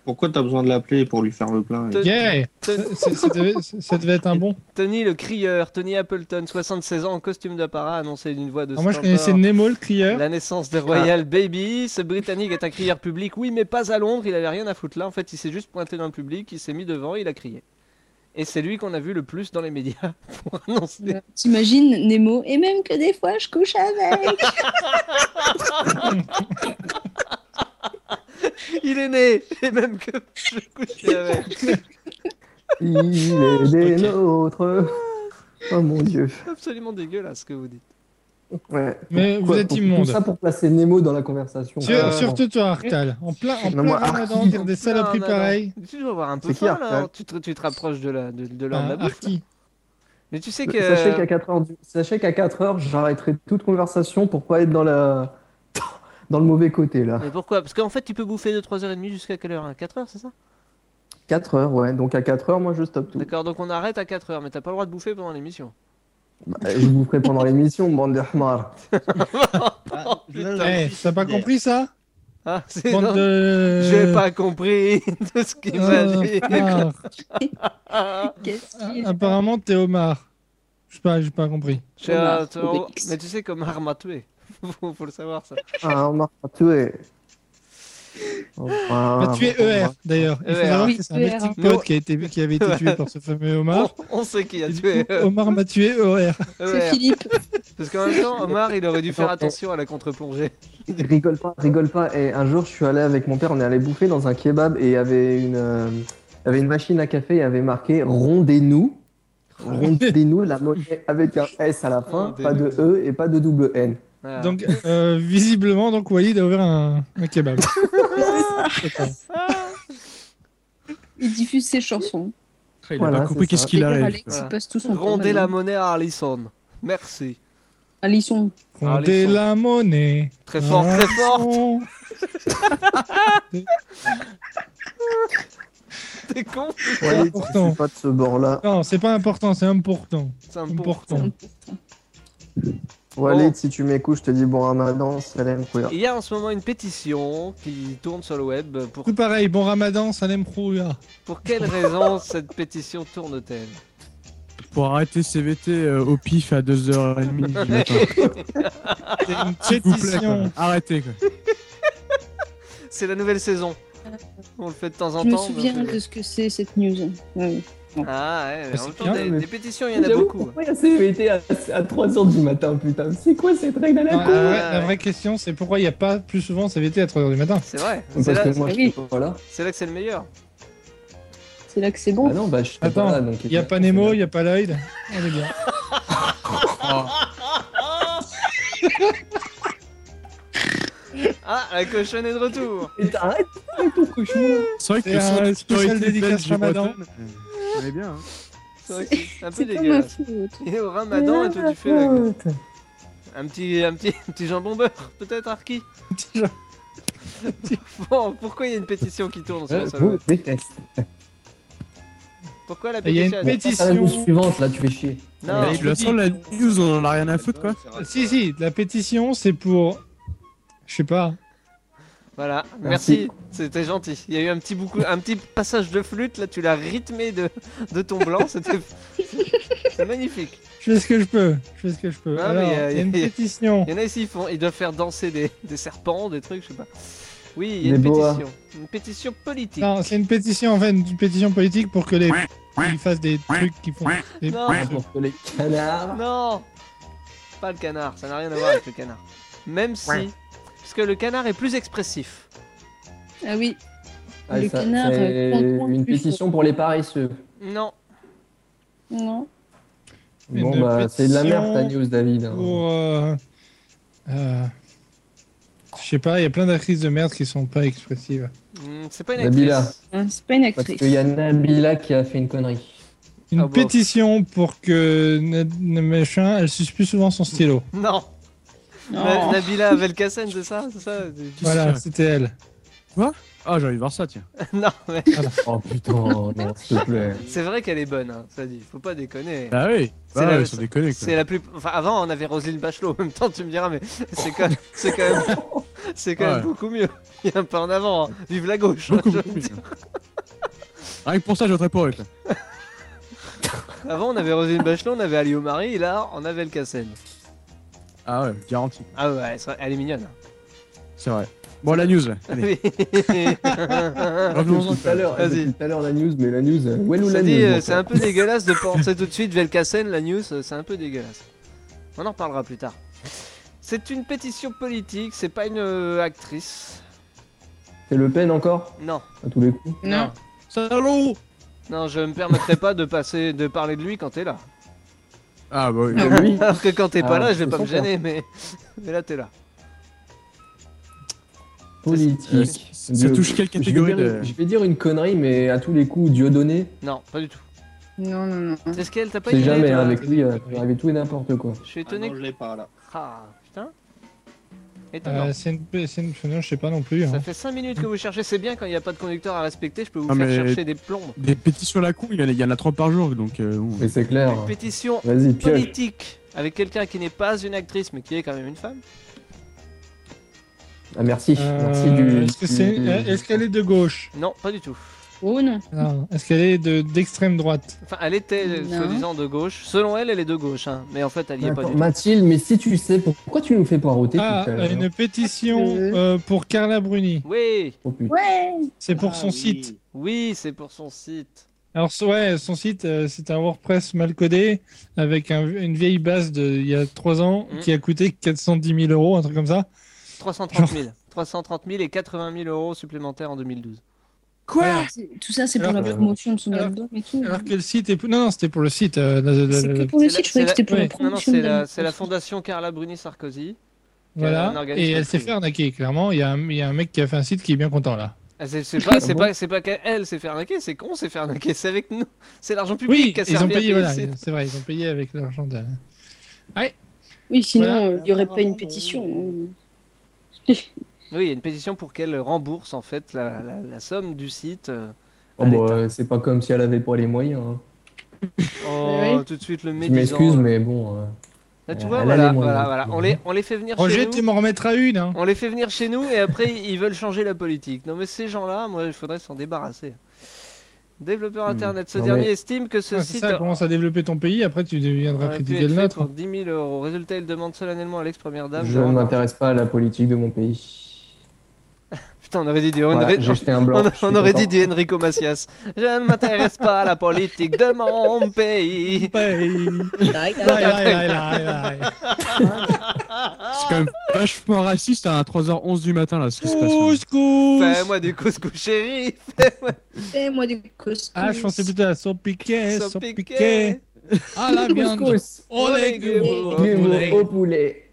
Speaker 6: pourquoi t'as besoin de l'appeler pour lui faire le plein
Speaker 3: Te-
Speaker 2: Yeah
Speaker 3: Te-
Speaker 2: C'est- ça devait- ça devait être un bon.
Speaker 3: Tony le crieur, Tony Appleton, 76 ans, en costume d'apparat, annoncé d'une voix de
Speaker 2: Alors moi, je
Speaker 3: stentor.
Speaker 2: connaissais Nemo, le crieur.
Speaker 3: La naissance de Royal Baby, ce Britannique est un crieur public, oui, mais pas à Londres, il avait rien à foutre là. En fait, il s'est juste pointé dans le public, il s'est mis devant, il a crié. Et c'est lui qu'on a vu le plus dans les médias pour annoncer.
Speaker 4: Euh, T'imagines Nemo, et même que des fois je couche avec.
Speaker 3: Il est né, et même que je couchais avec.
Speaker 1: Il est des nôtres. Oh mon dieu.
Speaker 3: Absolument dégueulasse ce que vous dites.
Speaker 1: Ouais.
Speaker 2: Mais vous
Speaker 1: Quoi,
Speaker 2: êtes
Speaker 1: pour-
Speaker 2: immonde.
Speaker 1: Tout ça pour placer Nemo dans la conversation.
Speaker 2: Sur-
Speaker 3: Euh,
Speaker 2: surtout toi, Arctal. En plein, en
Speaker 1: Non,
Speaker 2: plein
Speaker 1: moi,
Speaker 2: ramadan,
Speaker 1: Arki.
Speaker 2: dire des saloperies
Speaker 3: Non, non, non.
Speaker 2: pareilles.
Speaker 3: Tu dois avoir un peu
Speaker 1: C'est qui,
Speaker 3: faim là,
Speaker 1: Arcade
Speaker 3: hein. tu te, tu te rapproches de la de, de l'heure de la
Speaker 2: Ah,
Speaker 3: bouffe.
Speaker 2: Arki.
Speaker 3: Mais tu sais que
Speaker 1: Sachez qu'à 4 heures, du- sachez qu'à 4 heures, j'arrêterai toute conversation pour pas être dans la dans le mauvais côté là.
Speaker 3: Mais pourquoi Parce qu'en fait, tu peux bouffer de 3h30 jusqu'à quelle heure hein 4h, c'est ça
Speaker 1: 4 heures, ouais. Donc à 4 heures, moi je stoppe tout.
Speaker 3: D'accord, donc on arrête à 4h, mais t'as pas le droit de bouffer pendant l'émission.
Speaker 1: Bah, je vous ferai pendant l'émission, bande de hamards.
Speaker 6: Ah, là,
Speaker 2: Eh,
Speaker 6: j'en suis
Speaker 2: t'as pas
Speaker 6: fidèle.
Speaker 2: compris ça
Speaker 3: Ah, c'est
Speaker 2: Bande
Speaker 3: non,
Speaker 2: de- euh,
Speaker 3: J'ai pas compris de ce qu'il m'a dit.
Speaker 2: Homard.
Speaker 3: Ah,
Speaker 4: Qu'est-ce
Speaker 2: Ah,
Speaker 4: qu'il y a
Speaker 2: Apparemment, t'es Omar. Je sais pas, j'ai pas compris.
Speaker 3: j'ai un-
Speaker 4: Omar, Obélix.
Speaker 3: Mais tu sais qu'Omar m'a tué. faut, faut le savoir ça.
Speaker 1: Ah, Omar, tu es. Ah,
Speaker 2: Bah, tu es ER d'ailleurs. Il faut
Speaker 3: ER.
Speaker 2: savoir
Speaker 4: Oui,
Speaker 2: que c'est un
Speaker 4: ER.
Speaker 2: mythique
Speaker 3: Non.
Speaker 2: pote qui, a été, qui avait été tué par ce fameux Omar.
Speaker 3: On, on sait qui Oh, a
Speaker 2: Et du
Speaker 3: tué E
Speaker 2: coup, Omar m'a tué ER.
Speaker 4: C'est
Speaker 3: ER.
Speaker 4: Philippe.
Speaker 3: Parce qu'en même temps, Omar, il aurait dû faire
Speaker 1: Non,
Speaker 3: attention à la contre-plongée.
Speaker 1: Rigole pas, rigole pas. Et un jour, je suis allé avec mon père, on est allé bouffer dans un kebab et il y avait une, euh, il y avait une machine à café, il y avait marqué Rondez-nous. Rondez-nous, la monnaie avec un S à la fin, pas de E et pas de double N.
Speaker 3: Voilà.
Speaker 2: Donc, euh, visiblement, donc, Walid a ouvert un, un kebab.
Speaker 3: Ah,
Speaker 4: Il diffuse ses chansons.
Speaker 5: Il a
Speaker 1: Voilà,
Speaker 5: pas
Speaker 1: c'est
Speaker 5: compris
Speaker 1: ça.
Speaker 5: qu'est-ce qu'il
Speaker 4: Et
Speaker 5: arrive.
Speaker 4: Alex,
Speaker 3: Voilà.
Speaker 4: il passe tout son temps
Speaker 3: Rondez la
Speaker 4: là-dedans.
Speaker 3: monnaie à Harlison. Merci.
Speaker 4: Alisson.
Speaker 2: Comptez
Speaker 3: Allez,
Speaker 2: la monnaie.
Speaker 3: Très fort,
Speaker 2: Ah,
Speaker 3: très fort.
Speaker 2: non.
Speaker 3: T'es con.
Speaker 1: Ouais, je
Speaker 2: important.
Speaker 1: suis pas de ce bord-là.
Speaker 2: Non, c'est pas important, c'est important.
Speaker 3: C'est un bon.
Speaker 2: Important.
Speaker 1: Walid, si tu m'écoutes, je te dis bon ramadan, salam, quoi.
Speaker 3: Il y a en ce moment une pétition qui tourne sur le web. Pour,
Speaker 2: Tout pareil, bon ramadan, Salem Prouya.
Speaker 3: pour quelle raison cette pétition tourne-t-elle
Speaker 5: Pour arrêter CVT euh, au pif à 2h30 du matin.
Speaker 2: C'est une
Speaker 5: S'il vous plaît, quoi.
Speaker 2: pétition.
Speaker 5: arrêtez. Quoi.
Speaker 3: C'est la nouvelle saison. On le fait de temps en
Speaker 4: Je me
Speaker 3: temps.
Speaker 4: souviens
Speaker 3: mais-
Speaker 4: de ce que c'est cette news. Ouais.
Speaker 3: Ah ouais, mais en
Speaker 2: C'est
Speaker 3: même temps,
Speaker 2: bien,
Speaker 3: des,
Speaker 1: mais-
Speaker 3: des pétitions, il y en a beaucoup.
Speaker 1: Pourquoi il y a CVT à, 3h du matin, putain C'est quoi cette règle à
Speaker 2: Non,
Speaker 1: la
Speaker 2: la,
Speaker 1: con
Speaker 2: vraie, la vraie question, c'est pourquoi il n'y a pas plus souvent CVT à 3h du matin
Speaker 3: C'est vrai.
Speaker 1: Parce
Speaker 3: C'est là,
Speaker 1: que moi, je
Speaker 4: oui.
Speaker 1: suis pas là.
Speaker 3: c'est là que c'est le meilleur.
Speaker 4: C'est là que c'est
Speaker 1: Bah
Speaker 4: bon.
Speaker 1: non, bah je suis
Speaker 2: Attends,
Speaker 1: pas là. donc
Speaker 2: Il n'y a pas Nemo, il n'y a pas Lloyd. On est bien.
Speaker 3: Ah, la cochonne est de retour.
Speaker 1: Et t'arrêtes avec ton cochon
Speaker 5: C'est vrai
Speaker 2: C'est
Speaker 5: que le
Speaker 2: un
Speaker 5: centre
Speaker 2: spécial
Speaker 5: historique
Speaker 2: dédicace
Speaker 5: belge du
Speaker 2: Ramadan.
Speaker 5: Breton, euh, On est bien. hein.
Speaker 3: C'est vrai que c'est un peu
Speaker 4: C'est pas ma
Speaker 3: dégueulasse.
Speaker 4: faute.
Speaker 3: Et au ramadan, et toi, tu fais la- un petit, un petit, un petit jambon beurre, peut-être, Arki
Speaker 2: Petit jambon.
Speaker 3: Bon, pourquoi il y a une pétition qui tourne
Speaker 2: Euh,
Speaker 3: sur
Speaker 1: Je
Speaker 3: ça
Speaker 1: vous déteste.
Speaker 3: Pourquoi la
Speaker 2: Il y a une
Speaker 3: pétition
Speaker 2: pétition.
Speaker 1: Passe à la news suivante, là, tu fais chier.
Speaker 3: Non,
Speaker 5: Mais
Speaker 3: je
Speaker 5: tu la
Speaker 2: dis-
Speaker 5: sens
Speaker 6: Eh.
Speaker 5: la news, on en a rien à foutre quoi.
Speaker 2: Si, si, la pétition, c'est pour. Je sais pas.
Speaker 3: Voilà, merci,
Speaker 1: Merci.
Speaker 3: c'était gentil. Il y a eu un petit, boucou- un petit passage de flûte, là tu l'as rythmé de, de ton blanc, c'était c'est magnifique.
Speaker 2: Je fais ce que je peux. Je fais ce que je peux.
Speaker 3: Non,
Speaker 2: Alors,
Speaker 3: mais,
Speaker 2: il
Speaker 3: euh,
Speaker 2: y a une
Speaker 3: y a-
Speaker 2: pétition.
Speaker 3: Il y en a ici, ils, font, ils doivent faire danser des, des serpents, des trucs, je sais pas. Oui, il y
Speaker 1: Des
Speaker 3: a une
Speaker 1: boas.
Speaker 3: pétition. Une pétition politique.
Speaker 2: Non, c'est une pétition, en fait, une pétition politique pour que les. Ils fassent des trucs qui font. des-
Speaker 3: Non.
Speaker 1: Pour que les canards.
Speaker 3: Non Pas le canard, ça n'a rien à voir avec le canard. Même si, puisque le canard est plus expressif.
Speaker 4: Ah oui.
Speaker 1: Ah,
Speaker 4: Le
Speaker 1: ça,
Speaker 4: canard,
Speaker 1: c'est
Speaker 4: euh, prend-
Speaker 1: une
Speaker 4: plus
Speaker 1: pétition pour les paresseux.
Speaker 3: Non,
Speaker 4: Non.
Speaker 2: Une
Speaker 1: Bon, bah, c'est de la merde ta
Speaker 2: pétition
Speaker 1: news, David. hein.
Speaker 2: Pour. euh, euh, Je sais pas, il y a plein d'actrices de merde qui sont pas expressives.
Speaker 3: Hmm, c'est pas une
Speaker 1: Nabila.
Speaker 3: actrice.
Speaker 4: hein, c'est pas une
Speaker 1: Parce
Speaker 4: actrice.
Speaker 1: qu'il y a Nabila qui a fait une connerie.
Speaker 2: Une
Speaker 3: Ah bon.
Speaker 2: pétition pour que Na- Na- machin, elle suce plus souvent son stylo.
Speaker 3: Non, Na-
Speaker 4: Non.
Speaker 3: Nabila Belkacem, c'est ça, c'est ça
Speaker 2: Voilà,
Speaker 5: que
Speaker 2: c'était elle.
Speaker 5: Ah, j'ai envie de voir ça, tiens.
Speaker 3: Non, mais
Speaker 1: Oh putain, non, s'il te plaît.
Speaker 3: c'est vrai qu'elle est bonne, hein, ça dit, faut pas déconner.
Speaker 5: Ah oui,
Speaker 3: C'est
Speaker 5: bah,
Speaker 3: la-
Speaker 5: ouais, sans déconner quoi.
Speaker 3: C'est la plus. Enfin, avant, on avait Roselyne Bachelot. En même temps, tu me diras, mais c'est quand, c'est quand même, c'est quand même
Speaker 5: Ouais.
Speaker 3: beaucoup mieux. Il y a un pas en avant. hein. Vive la gauche.
Speaker 5: Beaucoup,
Speaker 3: Je-
Speaker 5: beaucoup mieux. Rien que pour ça, je voterais pour eux. Quoi.
Speaker 3: Avant, on avait Roselyne Bachelot, on avait Alio Marie, et là, on avait El Kassen.
Speaker 5: Ah ouais, garanti.
Speaker 3: Ah ouais, elle, serait- elle est mignonne. hein.
Speaker 5: C'est vrai. Bon, la news. là. Allez,
Speaker 3: Oui.
Speaker 5: revenons-en.
Speaker 1: Depuis tout à l'heure,
Speaker 3: Vas-y.
Speaker 1: depuis tout à l'heure la news, mais la news, euh, où est
Speaker 3: Ça
Speaker 1: la
Speaker 3: dit,
Speaker 1: news
Speaker 3: euh,
Speaker 1: mon
Speaker 3: c'est un
Speaker 1: frère
Speaker 3: peu dégueulasse de penser tout de suite Velkassen, la news, euh, c'est un peu dégueulasse. On en reparlera plus tard. C'est une pétition politique, c'est pas une euh, actrice.
Speaker 1: C'est Le Pen encore
Speaker 3: Non,
Speaker 1: À tous les coups.
Speaker 4: Non.
Speaker 5: Salaud
Speaker 3: non, je me permettrai pas de passer, de parler de lui quand t'es là.
Speaker 5: Ah bah oui.
Speaker 1: Lui
Speaker 3: Alors que quand t'es pas
Speaker 1: Ah,
Speaker 3: là, je vais
Speaker 1: je
Speaker 3: pas me
Speaker 1: sens pas.
Speaker 3: gêner, mais mais là t'es là.
Speaker 5: Euh,
Speaker 1: Politique.
Speaker 5: ça
Speaker 1: Dieu.
Speaker 5: touche quelle
Speaker 1: Je vais,
Speaker 5: catégorie
Speaker 1: dire,
Speaker 5: de...
Speaker 1: je vais dire une connerie, mais à tous les coups, Dieudonné,
Speaker 3: Non, pas du tout.
Speaker 4: Non, non, non.
Speaker 3: C'est ce qu'elle t'a pas
Speaker 1: c'est
Speaker 3: aidé,
Speaker 1: jamais
Speaker 3: toi
Speaker 1: hein, avec lui, euh, j'arrivais tout et n'importe quoi.
Speaker 3: Je suis
Speaker 6: Ah
Speaker 3: étonné.
Speaker 6: non, je l'ai pas là.
Speaker 3: que- Ah, putain. Étonnant.
Speaker 2: Euh, C'est une... c'est une- non, je sais pas non plus. hein.
Speaker 3: Ça fait 5 minutes que vous cherchez, c'est bien quand il n'y a pas de conducteur à respecter, je peux vous
Speaker 5: Ah,
Speaker 3: faire
Speaker 5: mais-
Speaker 3: chercher des plombes.
Speaker 5: Des pétitions à la con, il y en a- il y en a trois par jour, donc... euh, bon.
Speaker 1: Mais c'est clair. hein.
Speaker 3: Une pétition
Speaker 1: Vas-y, Ah, euh, piège.
Speaker 3: politique avec quelqu'un qui n'est pas une actrice mais qui est quand même une femme.
Speaker 1: Ah, merci.
Speaker 2: Euh,
Speaker 1: Merci du.
Speaker 2: Est-ce que c'est-
Speaker 1: du-
Speaker 2: est-ce qu'elle est de gauche
Speaker 3: Non, pas du tout.
Speaker 4: Oh non.
Speaker 2: Non. Est-ce qu'elle est de- d'extrême droite
Speaker 3: Enfin, elle était euh,
Speaker 4: Non.
Speaker 3: soi-disant de gauche. Selon elle, elle est de gauche, hein. mais en fait, elle y est pas
Speaker 1: Attends,
Speaker 3: du tout.
Speaker 1: Mathilde, mais si tu sais, pourquoi tu nous fais poireauter
Speaker 2: Ah,
Speaker 1: tout à l'heure
Speaker 2: une pétition
Speaker 4: Euh.
Speaker 2: euh, pour Carla Bruni.
Speaker 3: Oui,
Speaker 1: Oh, putain.
Speaker 4: Ouais.
Speaker 2: C'est pour
Speaker 6: Ah
Speaker 2: son
Speaker 6: oui.
Speaker 2: site.
Speaker 3: oui, c'est pour son site.
Speaker 2: Alors, so- ouais, son site, euh, c'est un WordPress mal codé avec un- une vieille base d'il y a 3 ans
Speaker 3: Mm.
Speaker 2: qui a coûté 410 000 euros, un truc comme ça.
Speaker 3: 330 000. 330 000 et 80 000 euros supplémentaires en 2012.
Speaker 2: Quoi
Speaker 4: C'est- Tout ça, c'est pour
Speaker 2: Alors,
Speaker 4: la
Speaker 1: euh,
Speaker 4: promotion de son
Speaker 2: alors-
Speaker 4: album et tout.
Speaker 2: Alors que le site est. Non, non, c'était pour le site. euh, la- la-
Speaker 4: C'est
Speaker 2: la-
Speaker 4: que pour le
Speaker 3: C'est
Speaker 4: site,
Speaker 3: la-
Speaker 4: je croyais que
Speaker 3: c'est
Speaker 4: c'était pour
Speaker 2: la- ouais.
Speaker 4: la
Speaker 3: Non, non,
Speaker 4: promotion
Speaker 3: c'est
Speaker 4: de
Speaker 3: la,
Speaker 4: l'album.
Speaker 3: c'est la fondation Carla Bruni-Sarkozy. un
Speaker 2: voilà.
Speaker 3: organisme
Speaker 2: Et elle s'est
Speaker 3: privé.
Speaker 2: fait arnaquer, clairement. Il y, a un- il y a un mec qui a fait un site qui est bien content là.
Speaker 3: Ah, C'est c'est pas, c'est
Speaker 1: bon
Speaker 3: pas, c'est pas qu'elle s'est fait arnaquer, c'est qu'on s'est fait arnaquer, c'est avec nous. C'est l'argent public
Speaker 2: Oui,
Speaker 3: qui a
Speaker 2: ils
Speaker 3: servi
Speaker 2: ont
Speaker 3: à
Speaker 2: payé,
Speaker 3: payer le
Speaker 2: voilà.
Speaker 3: site.
Speaker 2: C'est vrai, ils ont payé avec l'argent de.
Speaker 4: Oui, sinon,
Speaker 2: Voilà.
Speaker 4: euh, il n'y aurait pas une
Speaker 7: Euh,
Speaker 4: pétition. hein.
Speaker 3: Oui, il y a une pétition pour qu'elle rembourse en fait la, la- la somme du site. euh,
Speaker 1: Oh,
Speaker 3: à
Speaker 1: bah,
Speaker 3: l'État.
Speaker 1: euh, c'est pas comme si elle avait pas les moyens. hein.
Speaker 3: Oh, tout de suite le
Speaker 1: Je
Speaker 3: médisant.
Speaker 1: m'excuse, mais bon. euh,
Speaker 3: Là, tu
Speaker 1: Elle
Speaker 3: vois,
Speaker 1: a
Speaker 3: voilà,
Speaker 1: les moyens.
Speaker 3: voilà, voilà. On les, on les fait venir chez
Speaker 2: Roger,
Speaker 3: nous.
Speaker 2: tu m'en remettras une. Hein.
Speaker 3: On les fait venir chez nous et après ils veulent changer la politique. Non mais ces gens-là, moi il faudrait s'en débarrasser. Développeur
Speaker 5: Hmm.
Speaker 3: internet, ce
Speaker 1: Non,
Speaker 3: dernier
Speaker 1: mais-
Speaker 3: estime que ce
Speaker 2: Ah, c'est
Speaker 3: site
Speaker 2: ça, commence à développer ton pays, après tu deviendras
Speaker 3: aurait pu
Speaker 2: critiquer
Speaker 3: être
Speaker 2: le
Speaker 3: fait
Speaker 2: nôtre.
Speaker 3: pour 10 000 euros. Résultat, il demande solennellement à l'ex-première dame.
Speaker 1: Je
Speaker 3: de
Speaker 1: ne
Speaker 3: rendre-
Speaker 1: m'intéresse pas à la politique de mon pays.
Speaker 3: Putain, on aurait dit du on
Speaker 1: Voilà,
Speaker 3: aurait-
Speaker 1: Ah, j'ai jeté un blanc.
Speaker 3: on-
Speaker 1: je suis
Speaker 3: on aurait
Speaker 1: content.
Speaker 3: dit du Enrico Macias. Je ne m'intéresse pas à la politique de mon pays.
Speaker 5: C'est quand même vachement raciste à 3h11 du matin, là, ce qui se passe.
Speaker 2: Oh,
Speaker 5: là.
Speaker 3: Fais-moi du couscous chéri.
Speaker 7: eh,
Speaker 4: Fais-moi des costumes.
Speaker 2: Ah, je pensais plutôt à son piquet,
Speaker 3: Eh, sans
Speaker 2: son
Speaker 3: piquer.
Speaker 2: piquet. Ah, la viande.
Speaker 1: Couscous,
Speaker 2: Au légumes.
Speaker 3: légumes.
Speaker 2: Au
Speaker 1: légumes
Speaker 2: légumes.
Speaker 1: au poulet.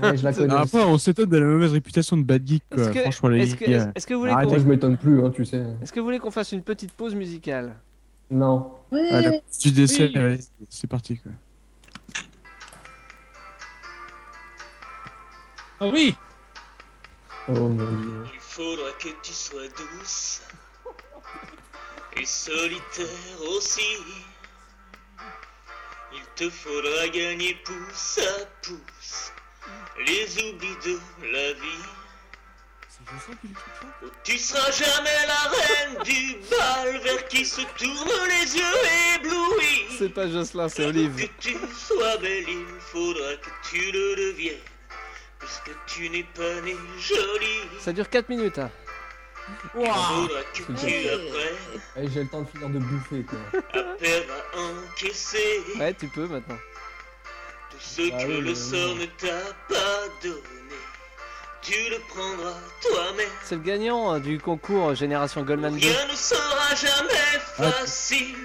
Speaker 1: Ouais, je la connais.
Speaker 5: Ah, Après, on s'étonne de la mauvaise réputation de bad geek,
Speaker 3: Est-ce
Speaker 5: quoi.
Speaker 3: que,
Speaker 5: Franchement, les
Speaker 3: est-ce que-
Speaker 5: gars.
Speaker 3: est-ce que vous voulez
Speaker 5: Arrête,
Speaker 3: qu'on-
Speaker 1: Moi, je m'étonne plus, hein, tu sais.
Speaker 3: est-ce que vous voulez qu'on fasse une petite pause musicale
Speaker 1: Non.
Speaker 4: Ouais.
Speaker 5: Ah, la petite du dessert,
Speaker 2: Oui.
Speaker 5: ouais, c'est parti, quoi.
Speaker 2: Ah oui,
Speaker 1: Oh mon dieu.
Speaker 8: Il faudra que tu sois douce et solitaire aussi. Il te faudra gagner pouce à pouce les oublis de la vie. Tu seras jamais la reine du bal vers qui se tournent les yeux éblouis.
Speaker 3: C'est pas Jocelyn, c'est
Speaker 8: Pour
Speaker 3: Olive.
Speaker 8: que tu sois belle, il faudra que tu le deviennes. Puisque tu n'es pas née jolie.
Speaker 3: Ça dure 4 minutes. hein.
Speaker 8: Il faudra que tu
Speaker 1: bien.
Speaker 8: apprennes
Speaker 1: Allez, Eh, j'ai le temps de finir de bouffer, quoi.
Speaker 8: à perdre, à encaisser
Speaker 3: Ouais, tu peux maintenant.
Speaker 8: tout ce
Speaker 1: Ah
Speaker 8: que
Speaker 1: oui,
Speaker 8: le
Speaker 1: mais
Speaker 8: sort
Speaker 1: oui.
Speaker 8: ne t'a pas donné. Tu le prendras toi-même.
Speaker 3: C'est le gagnant euh, du concours Génération Goldman 2.
Speaker 8: Rien ne sera jamais
Speaker 1: Ah,
Speaker 8: facile.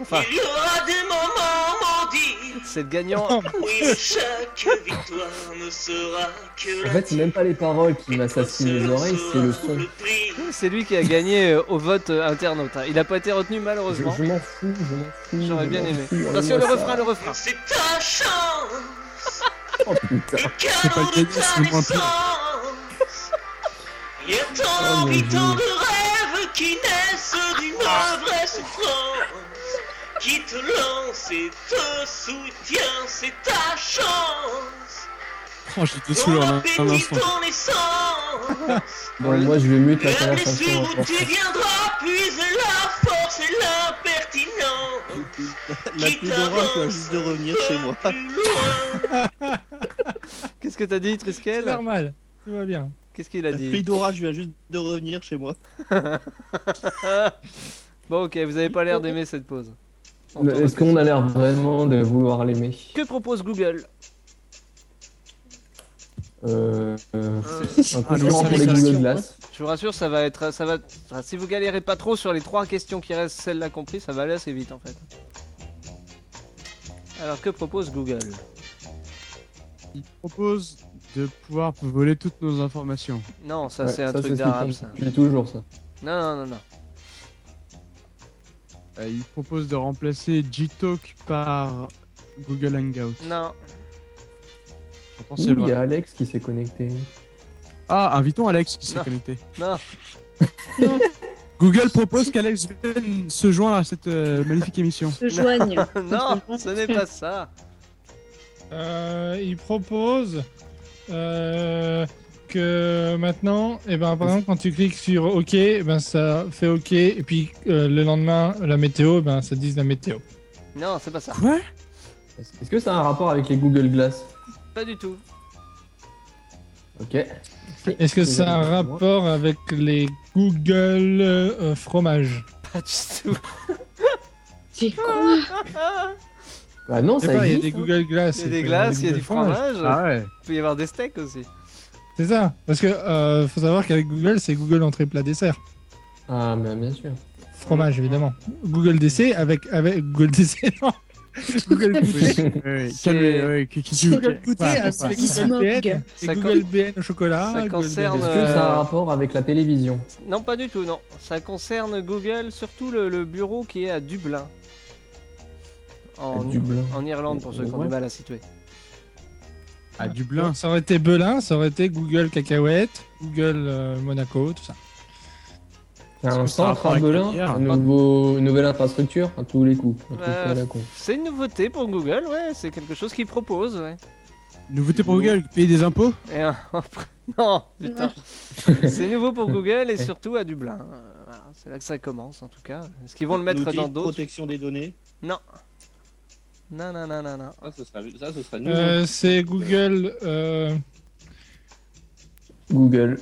Speaker 3: Enfin,
Speaker 8: Il y aura des moments maudits.
Speaker 3: c'est le gagnant.
Speaker 8: Oui, mais chaque victoire ne sera que
Speaker 1: En
Speaker 8: la
Speaker 1: fait, c'est même pas les paroles qui m'assassinent les oreilles, c'est le son.
Speaker 8: prix.
Speaker 3: C'est lui qui a gagné euh, au vote euh, internaute. hein. Il a pas été retenu
Speaker 1: Je,
Speaker 3: malheureusement.
Speaker 1: je m'en fous, je m'en fous.
Speaker 3: J'aurais
Speaker 1: je
Speaker 3: bien
Speaker 1: m'en
Speaker 3: aimé.
Speaker 1: fous,
Speaker 3: Attention, le
Speaker 1: enlève-moi
Speaker 3: refrain, le refrain.
Speaker 8: C'est ta chance.
Speaker 1: ça. Oh putain.
Speaker 8: Le
Speaker 5: pas le
Speaker 8: cadeau de
Speaker 5: cadeau, c'est
Speaker 8: ta
Speaker 5: le moins pire.
Speaker 8: naissance. Il y a
Speaker 1: Oh,
Speaker 8: tant
Speaker 1: mon
Speaker 8: d'envie,
Speaker 1: Dieu.
Speaker 8: tant de rêves qui naissent d'une vraie souffrance. Qui te lance et te soutient, c'est ta chance.
Speaker 5: Oh, j'étais sous
Speaker 8: Ton
Speaker 5: l'heure, là, un
Speaker 8: appétit,
Speaker 5: instant.
Speaker 8: ton essence.
Speaker 1: Bon, moi, je vais mute la
Speaker 8: La blessure
Speaker 1: conversation. hein,
Speaker 8: où tu viendras puiser la force et l'impertinence.
Speaker 6: La
Speaker 8: Qui
Speaker 6: plus drôle, c'est
Speaker 8: t'avance
Speaker 6: juste de revenir chez moi.
Speaker 8: plus loin.
Speaker 3: Qu'est-ce que t'as dit,
Speaker 2: c'est
Speaker 3: Triskel
Speaker 2: normal. Tout va bien.
Speaker 3: Qu'est-ce qu'il a
Speaker 6: La
Speaker 3: dit
Speaker 6: Fedora, je viens juste de revenir chez moi.
Speaker 3: Ah. Bon, ok, vous avez pas l'air d'aimer cette pause. On tourne
Speaker 1: Est-ce
Speaker 3: aux
Speaker 1: qu'on a l'air
Speaker 3: questions.
Speaker 1: vraiment de vouloir l'aimer
Speaker 3: Que propose Google
Speaker 1: Euh. euh, Un
Speaker 3: Euh,
Speaker 5: Ah, non,
Speaker 1: concurrent
Speaker 5: ça
Speaker 1: pour
Speaker 3: Euh,
Speaker 5: les
Speaker 1: les Google
Speaker 5: questions,
Speaker 1: Glass.
Speaker 3: Je Je vous rassure, ça va être, ça va. enfin, si vous galérez pas trop sur les trois questions qui restent, celle-là comprise, ça va aller assez vite en fait. Alors que propose Google
Speaker 5: Il propose de pouvoir voler toutes nos informations.
Speaker 3: Non, ça
Speaker 1: Ouais,
Speaker 3: c'est
Speaker 1: ça,
Speaker 3: un truc
Speaker 1: ce qu'ils
Speaker 3: d'arabe
Speaker 1: font
Speaker 3: ça.
Speaker 1: depuis toujours ça.
Speaker 3: Non, non, non, non.
Speaker 5: Euh, il propose de remplacer Gtalk par Google Hangout.
Speaker 3: Non,
Speaker 5: Pourtant,
Speaker 1: Ouh,
Speaker 5: c'est
Speaker 1: Il y
Speaker 5: vrai.
Speaker 1: a Alex qui s'est connecté.
Speaker 5: Ah, invitons Alex qui
Speaker 3: Non.
Speaker 5: s'est connecté.
Speaker 3: non.
Speaker 5: Google propose qu'Alex vienne se joindre à cette euh, magnifique émission.
Speaker 7: se joignent.
Speaker 3: Non, ce n'est pas ça.
Speaker 2: Euh, il propose euh, que maintenant, eh ben, par exemple, quand tu cliques sur OK, eh ben, ça fait OK, et puis euh, le lendemain, la météo, eh ben, ça dit la météo.
Speaker 3: Non, c'est pas ça.
Speaker 5: Quoi
Speaker 1: Est-ce que ça a un rapport avec les Google Glass
Speaker 3: Pas du tout.
Speaker 1: Ok.
Speaker 2: Est-ce que ça a un rapport avec les Google euh, fromage
Speaker 3: Pas du tout.
Speaker 7: C'est quoi
Speaker 1: Bah non,
Speaker 2: Je sais
Speaker 1: ça
Speaker 2: pas, Eh ben, Il y a
Speaker 1: existe.
Speaker 2: des Google Glass.
Speaker 3: Il y a des
Speaker 2: peut y avoir
Speaker 3: glaces, il y a
Speaker 2: Google
Speaker 3: du fromage,
Speaker 5: Ah ouais.
Speaker 3: il peut y avoir des steaks aussi.
Speaker 2: C'est ça, parce que euh, faut savoir qu'avec Google, c'est Google entrée plat dessert.
Speaker 1: Ah, mais bien sûr.
Speaker 2: Fromage, évidemment. Google DC avec, avec Google DC, non. Google
Speaker 5: Oui,
Speaker 2: Goûter.
Speaker 5: oui, oui.
Speaker 3: C'est-
Speaker 5: Calmez, oui, qui- qui- qui-
Speaker 7: Google
Speaker 5: qui-
Speaker 2: Goûter
Speaker 5: voilà,
Speaker 2: avec
Speaker 5: euh, hein, c'est
Speaker 7: c'est
Speaker 5: ça.
Speaker 2: Google
Speaker 7: Smog.
Speaker 2: BN et
Speaker 3: Ça
Speaker 2: Google BN au chocolat.
Speaker 3: ça
Speaker 2: Google
Speaker 3: concerne,
Speaker 2: BN.
Speaker 1: Est-ce que ça a un
Speaker 3: Euh,
Speaker 1: rapport avec la télévision
Speaker 3: Non, pas du tout, non. Ça concerne Google, surtout le, le bureau qui est à Dublin. En,
Speaker 1: Dublin.
Speaker 3: en Irlande, pour ceux qui ont
Speaker 1: Ouais.
Speaker 3: du mal à situer.
Speaker 7: Ah,
Speaker 5: À
Speaker 2: Bon,
Speaker 5: Dublin.
Speaker 2: Ça aurait été Belin, ça aurait été Google Cacahuète, Google euh, Monaco, tout ça.
Speaker 1: Il y a
Speaker 5: Est-ce
Speaker 1: un
Speaker 5: que ça a
Speaker 1: centre
Speaker 5: rapport
Speaker 1: à
Speaker 5: avec
Speaker 1: Belin,
Speaker 5: Pierre
Speaker 1: un nouveau, une nouvelle infrastructure à tous les coups. Un truc
Speaker 3: Euh,
Speaker 1: à la con.
Speaker 3: C'est une nouveauté pour Google, ouais, c'est quelque chose qu'ils proposent, ouais.
Speaker 5: Nouveauté pour Google, payer des impôts
Speaker 3: Et un- après- Non, putain. c'est nouveau pour Google et surtout à Dublin. Euh, voilà, C'est là que ça commence en tout cas. Est-ce qu'ils vont le mettre
Speaker 6: L'outil
Speaker 3: dans
Speaker 6: de
Speaker 3: d'autres
Speaker 6: Protection des données.
Speaker 3: Non, non, non, non, non.
Speaker 6: Ça, ce serait, ça, ce serait
Speaker 3: Mmh.
Speaker 6: hein. nouveau.
Speaker 2: Euh, c'est Google. euh,
Speaker 1: Google.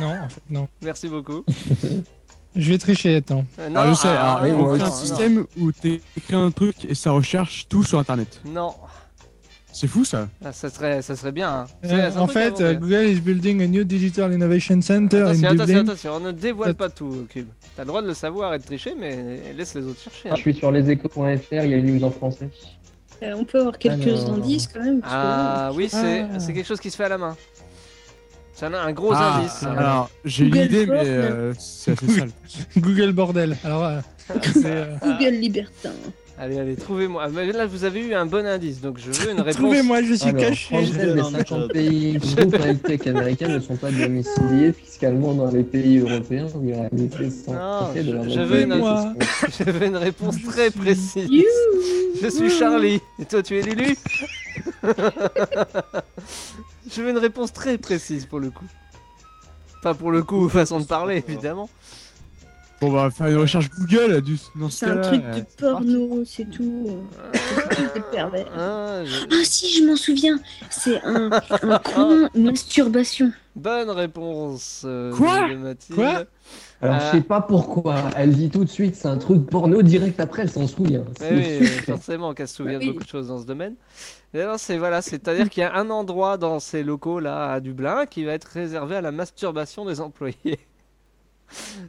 Speaker 2: Non, en fait, non.
Speaker 3: Merci beaucoup.
Speaker 2: Je vais tricher, attends.
Speaker 3: Euh,
Speaker 5: Ah, je sais, alors,
Speaker 1: oui,
Speaker 5: on
Speaker 1: moi
Speaker 5: crée un
Speaker 1: aussi.
Speaker 5: système où t'écris un truc et ça recherche tout sur internet.
Speaker 3: Non,
Speaker 5: C'est fou ça.
Speaker 3: Ah, ça serait, ça serait bien. hein.
Speaker 2: Euh,
Speaker 3: C'est- c'est un
Speaker 2: en
Speaker 3: truc
Speaker 2: fait, euh,
Speaker 3: inventé.
Speaker 2: Google is building a new digital innovation center in
Speaker 3: Attention, attention,
Speaker 2: Dublin.
Speaker 3: attention, on ne dévoile pas tout, Cube. T'as le droit de le savoir et de tricher, mais laisse les autres chercher. hein.
Speaker 1: Je suis sur leséchos.fr, il y a une news en français.
Speaker 7: Euh, On peut avoir quelques
Speaker 1: Alors.
Speaker 7: indices quand même. parce que euh,
Speaker 3: Ah oui, c'est
Speaker 2: Ah.
Speaker 3: c'est quelque chose qui se fait à la main. C'est un, un gros
Speaker 5: Ah,
Speaker 3: indice.
Speaker 5: alors, j'ai une
Speaker 7: Google
Speaker 5: idée, mais
Speaker 7: Forms.
Speaker 5: euh, c'est assez sale.
Speaker 2: Google bordel. Alors, euh, c'est, euh,
Speaker 7: Google Libertin.
Speaker 3: Allez, allez, trouvez-moi. Ah, mais Là, vous avez eu un bon indice, donc je veux une réponse.
Speaker 2: trouvez-moi, je suis
Speaker 1: Alors,
Speaker 2: caché.
Speaker 1: français,
Speaker 6: je-
Speaker 1: les
Speaker 6: non, non,
Speaker 1: 50
Speaker 6: je-
Speaker 1: pays groupes high-tech américains ne sont pas domiciliés fiscalement dans les pays européens où la réalité sont
Speaker 2: Ah,
Speaker 3: Non,
Speaker 1: français de leur
Speaker 3: je- je veux une-
Speaker 1: nationalité.
Speaker 3: Je veux une réponse très précise.
Speaker 7: You
Speaker 3: Je suis Charlie. Et toi, tu es Lulu Je veux une réponse très précise pour le coup. Pas pour le coup, façon de parler, évidemment.
Speaker 5: Bon, bah, faire une recherche Google du. Non,
Speaker 7: C'est un truc de porno, c'est tout. C'est pervers.
Speaker 3: Ah, je-
Speaker 7: Ah si, je m'en souviens. C'est un, un coin masturbation.
Speaker 3: Bonne réponse euh,
Speaker 5: Quoi
Speaker 3: de Mathilde.
Speaker 2: Quoi
Speaker 1: Alors,
Speaker 2: Euh.
Speaker 3: Ah.
Speaker 1: je sais pas pourquoi, elle dit tout de suite, c'est un truc porno direct après, elle s'en souvient.
Speaker 3: Mais
Speaker 1: C'est
Speaker 3: oui, euh,
Speaker 1: super.
Speaker 3: forcément qu'elle se souvient
Speaker 7: Bah
Speaker 3: de
Speaker 7: oui.
Speaker 3: beaucoup de choses dans ce domaine. Et alors, c'est voilà, c'est-à-dire qu'il y a un endroit dans ces locaux là à Dublin qui va être réservé à la masturbation des employés.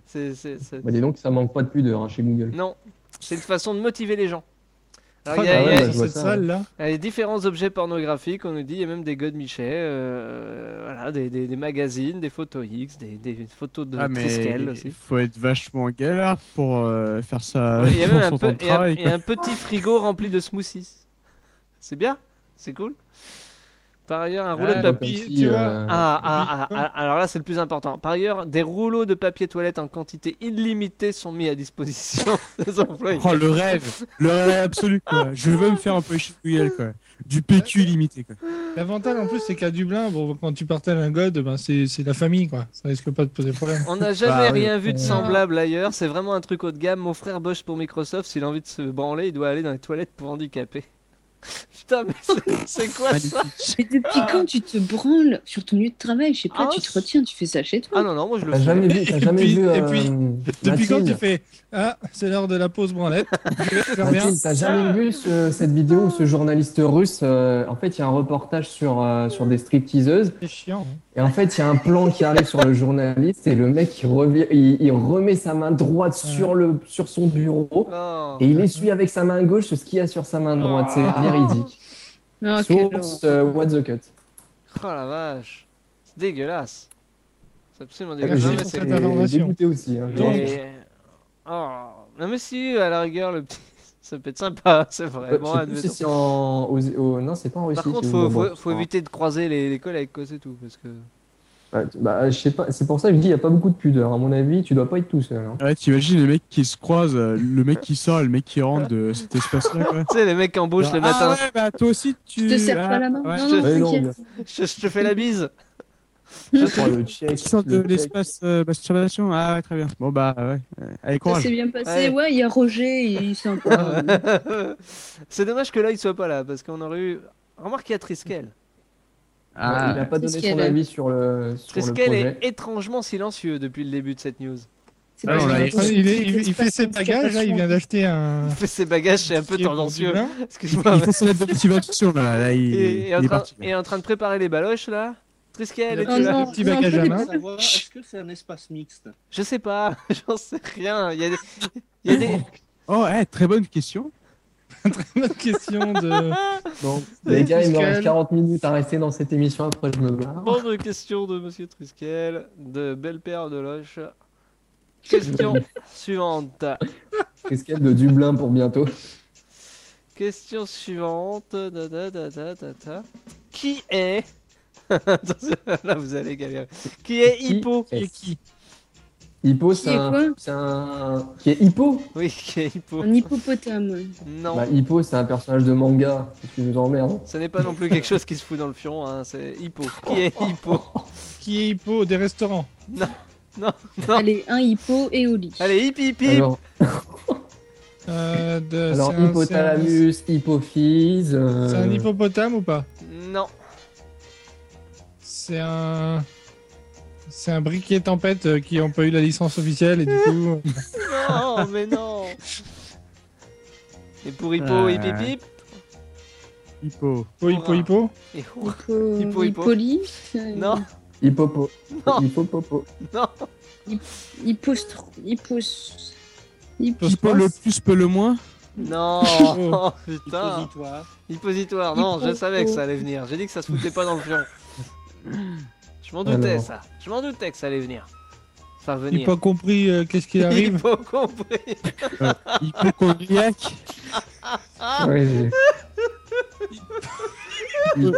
Speaker 3: C'est, c'est- c'est-
Speaker 1: Bah, dis donc, ça manque pas de pudeur hein, chez Google.
Speaker 3: Non, c'est une façon de motiver les gens. Alors,
Speaker 2: Ah,
Speaker 3: il y a,
Speaker 1: bah
Speaker 3: il y
Speaker 2: ouais,
Speaker 3: a-
Speaker 1: ouais,
Speaker 2: dans
Speaker 1: je vois
Speaker 2: cette
Speaker 1: ça,
Speaker 2: salle là.
Speaker 3: il y a différents objets pornographiques, on nous dit, il y a même des godemichets, euh, voilà, des, des- des magazines, des photos X, des, des photos de
Speaker 5: Ah,
Speaker 3: Triskel
Speaker 5: mais
Speaker 3: aussi.
Speaker 5: il faut être vachement galère pour euh, faire ça.
Speaker 3: Il y a
Speaker 5: dans
Speaker 3: même un,
Speaker 5: son
Speaker 3: peu-
Speaker 5: temps de
Speaker 3: et un-
Speaker 5: travail,
Speaker 3: et
Speaker 5: quoi.
Speaker 3: un petit frigo rempli de smoothies. C'est bien, c'est cool. Par ailleurs, un rouleau
Speaker 2: Ah,
Speaker 3: de
Speaker 1: Comme
Speaker 3: papier.
Speaker 2: papier,
Speaker 1: si,
Speaker 2: tu vois.
Speaker 1: euh,
Speaker 3: Ah, ah, ah, ah, alors là, c'est le plus important. Par ailleurs, des rouleaux de papier toilette en quantité illimitée sont mis à disposition des employés.
Speaker 5: Oh, le rêve, le rêve absolu, quoi. Je veux me faire un peu chier Google, quoi. Du PQ illimité, quoi.
Speaker 2: L'avantage en plus, c'est qu'à Dublin, bon, quand tu partages un god, ben, c'est c'est la famille, quoi. Ça risque pas de poser problème.
Speaker 3: On n'a jamais
Speaker 5: Bah oui.
Speaker 3: rien vu de
Speaker 1: Euh.
Speaker 3: semblable ailleurs. C'est vraiment un truc haut de gamme. Mon frère bosse pour Microsoft. S'il a envie de se branler, il doit aller dans les toilettes pour handicapés. Putain, mais c'est- c'est quoi ça
Speaker 4: Mais depuis quand tu te branles sur ton lieu de travail Je sais pas,
Speaker 3: Ah,
Speaker 4: tu te retiens, tu fais ça chez toi.
Speaker 3: Ah non, non, moi je le
Speaker 1: T'as
Speaker 5: Bah,
Speaker 3: fais.
Speaker 1: jamais vu, t'as
Speaker 2: Et
Speaker 1: jamais
Speaker 2: puis-
Speaker 1: vu.
Speaker 2: et
Speaker 1: euh,
Speaker 2: puis, Depuis quand
Speaker 1: Mathilde
Speaker 2: tu fais Ah, c'est l'heure de la pause branlette. Je reviens.
Speaker 1: Mathilde, t'as jamais vu ce- cette vidéo où ce journaliste russe, euh, en fait, il y a un reportage sur, euh, sur des stripteaseuses,
Speaker 2: C'est chiant. hein.
Speaker 1: et en fait, il y a un plan qui arrive sur le journaliste, et le mec, il, revient, il, il remet sa main droite sur, le, sur son bureau,
Speaker 3: Non.
Speaker 1: et il essuie avec sa main gauche ce qu'il y a sur sa main droite. C'est véridique.
Speaker 4: Ah, quel
Speaker 1: Source,
Speaker 4: horreur.
Speaker 1: euh, What the Cut.
Speaker 3: Oh la vache. C'est dégueulasse. C'est absolument
Speaker 1: Ah, J'ai
Speaker 3: dégueulasse.
Speaker 2: j'ai
Speaker 3: Non, mais
Speaker 2: pour
Speaker 3: c'est-
Speaker 2: cette information.
Speaker 1: dégoûté aussi. hein.
Speaker 2: Donc-
Speaker 1: Je-
Speaker 3: Et- Oh. Non mais si, à la rigueur, le petit... ça peut être sympa, c'est
Speaker 1: je
Speaker 3: vrai. Bon,
Speaker 1: sais plus si
Speaker 3: admettons.
Speaker 1: c'est en... aux- aux- Non, c'est pas en Russie.
Speaker 3: euh, Par contre,
Speaker 1: c'est au
Speaker 3: faut,
Speaker 1: moment.
Speaker 3: faut, faut éviter de croiser les, les collègues, quoi, c'est tout. Parce que...
Speaker 1: Ouais, bah, je sais pas, c'est pour ça que je dis, il n'y a pas beaucoup de pudeur. À mon avis, tu dois pas être tout seul. hein.
Speaker 5: Ouais, t'imagines les mecs qui se croisent, euh, le mec qui sort, et le mec qui rentre de cet espace-là, quoi.
Speaker 3: Tu sais, les mecs embauchent le matin.
Speaker 5: Ah ouais, bah toi aussi tu.
Speaker 4: Je te serre
Speaker 2: hein,
Speaker 5: ah,
Speaker 4: pas la main.
Speaker 5: ouais.
Speaker 4: Non, non,
Speaker 1: Mais non,
Speaker 4: t'inquiète.
Speaker 1: bien
Speaker 3: Je, je te fais la bise.
Speaker 1: sûr, le check,
Speaker 5: Hmm. Qui sort de
Speaker 1: le check.
Speaker 5: l'espace euh, masturbation Ah ouais, très bien. Bon bah ouais. Euh, Allez,
Speaker 4: Ça
Speaker 5: courage.
Speaker 4: s'est bien passé.
Speaker 3: Ouais.
Speaker 4: Ouais, il y a Roger, il c'est sympa.
Speaker 3: c'est dommage que là, il soit pas là, parce qu'on aurait eu... Remarque qu'il y a Triskel.
Speaker 1: Ouais,
Speaker 5: Ah,
Speaker 1: il n'a pas donné son
Speaker 4: Triskel,
Speaker 1: avis sur le, sur le
Speaker 3: Triskel
Speaker 1: projet.
Speaker 3: est étrangeement silencieux depuis le début de cette news.
Speaker 4: C'est
Speaker 5: Ah,
Speaker 4: pas
Speaker 5: on l'a-
Speaker 4: grave.
Speaker 2: Il, est- il- il fait ses bagages, là, il vient d'acheter un.
Speaker 3: Il fait ses bagages, c'est un peu
Speaker 2: ticket pour
Speaker 3: tendancieux.
Speaker 2: Dublin.
Speaker 3: Excuse-moi.
Speaker 5: Il faut sa lettre de motivation là, là il,
Speaker 3: Et, et en
Speaker 5: il est
Speaker 3: train,
Speaker 5: parti.
Speaker 3: et en train de préparer les baloches là Triskel,
Speaker 2: Il a
Speaker 1: Ah
Speaker 3: es-tu
Speaker 2: tout
Speaker 3: là
Speaker 2: le petit bagage à main.
Speaker 6: Savoir, Est-ce que c'est un espace mixte
Speaker 3: Je sais pas, j'en sais rien. Il y a des. Il y a des...
Speaker 5: Oh, eh, très bonne question.
Speaker 2: Bonne question de.
Speaker 1: Donc, les gars, il me
Speaker 2: Triskel.
Speaker 1: reste 40 minutes à rester dans cette émission. Après, je me barre.
Speaker 3: Bonne question de monsieur Triskel, de belle paire de loches. Question suivante.
Speaker 1: Triskel de Dublin pour bientôt.
Speaker 3: Question suivante. Da, da, da, da, da, da. Qui est. Attention, là vous allez galérer. Qui est
Speaker 1: Qui
Speaker 3: Hippo
Speaker 1: est Hippo, c'est
Speaker 4: Qui est quoi
Speaker 1: un, c'est un. Qui est Hippo Ah
Speaker 3: Oui, qui est Hippo
Speaker 4: Un hippopotame.
Speaker 3: Non.
Speaker 1: bah, Hippo, c'est un personnage de manga. Qu'est-ce qui nous emmerde
Speaker 3: Ce n'est pas non plus quelque chose qui se fout dans le fion, hein, c'est Hippo. Qui est Hippo
Speaker 2: Qui est hippo des restaurants.
Speaker 4: Allez, un hippo et au lit.
Speaker 3: Allez, hip hip hip
Speaker 1: Alors,
Speaker 2: Euh, de-
Speaker 1: alors
Speaker 2: c'est un-
Speaker 1: hypothalamus, hypophyse.
Speaker 2: C'est
Speaker 1: euh,
Speaker 2: un, c'est un hippopotame ou pas
Speaker 3: Non,
Speaker 2: C'est un. C'est un briquet tempête euh, qui n'a pas eu la licence officielle et du coup.
Speaker 3: non, mais non Et pour Hippo,
Speaker 5: Ouais.
Speaker 3: hip hip hip
Speaker 5: Hippo.
Speaker 2: Hippo, hippo, hippo.
Speaker 3: et ouh,
Speaker 4: Hippo,
Speaker 3: Hippo, hippo.
Speaker 4: hippoli, euh,
Speaker 3: Non,
Speaker 1: Hippopo.
Speaker 3: Non.
Speaker 1: Hippopopo.
Speaker 4: hippostro- hippos, hippos,
Speaker 5: Hippo le plus, peu le moins.
Speaker 3: non
Speaker 2: Oh.
Speaker 3: Putain
Speaker 6: Positoire.
Speaker 3: Hippositoire, non, je
Speaker 4: Hippo.
Speaker 3: savais que ça allait venir. J'ai dit que ça se foutait pas dans le fion. Je m'en doutais,
Speaker 1: Alors.
Speaker 3: ça. Je m'en doutais que ça allait venir. Enfin,
Speaker 2: Il n'a
Speaker 3: venir.
Speaker 2: pas compris euh, qu'est-ce qu'il arrive.
Speaker 3: Hippo compris
Speaker 5: Hippocondriaque.
Speaker 1: Ouais, j'ai- Hippo.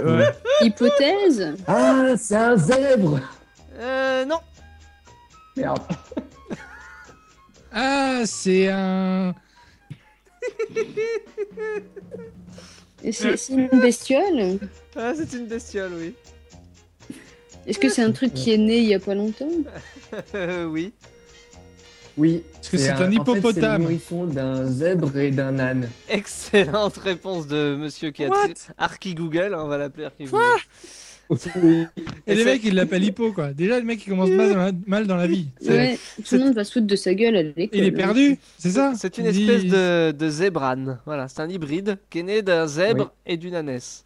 Speaker 5: Ouais.
Speaker 4: hypothèse,
Speaker 1: Ah, c'est un zèbre
Speaker 3: Euh, non
Speaker 1: Merde.
Speaker 2: Ah, c'est un.
Speaker 4: Et c'est c'est une bestiole.
Speaker 3: Ah, c'est une bestiole, oui.
Speaker 4: Est-ce que c'est un truc qui est né il y a pas longtemps
Speaker 3: Euh, oui.
Speaker 1: Oui.
Speaker 2: que c'est un
Speaker 1: en fait, C'est
Speaker 2: hippopotame.
Speaker 1: le nourrisson d'un zèbre et d'un âne.
Speaker 3: Excellente réponse de monsieur qui a
Speaker 5: What
Speaker 3: Arki Google, hein, on va l'appeler Arki Google.
Speaker 2: Et les
Speaker 3: c'est-
Speaker 2: mecs, ils l'appellent hippo, quoi. Déjà, le mec, il commence mal dans la, mal dans la vie. C'est-
Speaker 4: Ouais, tout le monde va se foutre de sa gueule à l'école. hein.
Speaker 2: Il est perdu, c'est ça
Speaker 3: C'est une
Speaker 2: Il dit-
Speaker 3: espèce de, de zébrane. Voilà, c'est un hybride qui est né d'un zèbre et d'une ânesse.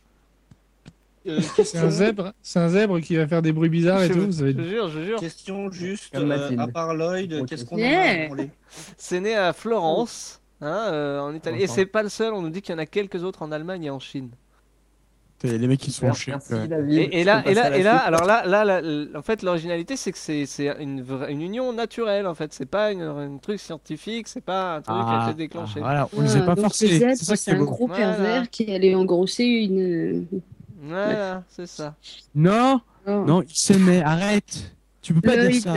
Speaker 6: Euh,
Speaker 2: C'est un
Speaker 6: question,
Speaker 2: zèbre, c'est un zèbre qui va faire des bruits bizarres et
Speaker 3: je,
Speaker 2: tout. ça va
Speaker 3: je
Speaker 2: être-
Speaker 3: jure, je jure.
Speaker 6: question juste,
Speaker 1: Comme
Speaker 6: euh,
Speaker 1: Mathilde.
Speaker 6: à part Lloyd,
Speaker 1: Ok.
Speaker 6: qu'est-ce qu'on
Speaker 4: Yeah.
Speaker 6: a branlé
Speaker 3: C'est né à Florence, hein, euh, en Italie. Et c'est pas le seul, on nous dit qu'il y en a quelques autres en Allemagne et en Chine.
Speaker 5: Putain, Les mecs qui sont
Speaker 1: Merci,
Speaker 5: chers. quoi.
Speaker 1: David.
Speaker 3: Et, et là,
Speaker 1: Je peux
Speaker 3: et
Speaker 1: passer à
Speaker 3: là,
Speaker 1: la
Speaker 3: et là,
Speaker 1: suite.
Speaker 3: alors là, là, là, l- en fait, l'originalité, c'est que c'est c'est une, vraie- une union naturelle, en fait. C'est pas une, un truc scientifique, c'est pas un truc qui a été déclenché.
Speaker 5: Ah, voilà, on
Speaker 4: Ah,
Speaker 5: les a pas
Speaker 4: donc
Speaker 5: forcés.
Speaker 4: le zèbre,
Speaker 5: C'est ça qui
Speaker 4: C'est
Speaker 5: est
Speaker 4: un
Speaker 5: beau.
Speaker 4: gros
Speaker 3: Voilà.
Speaker 4: pervers qui allait engrosser une. euh,
Speaker 3: Voilà, c'est ça.
Speaker 5: Non,
Speaker 4: Oh.
Speaker 5: non, il s'aimait. Arrête. Tu peux pas
Speaker 4: Lloyd
Speaker 5: dire ça.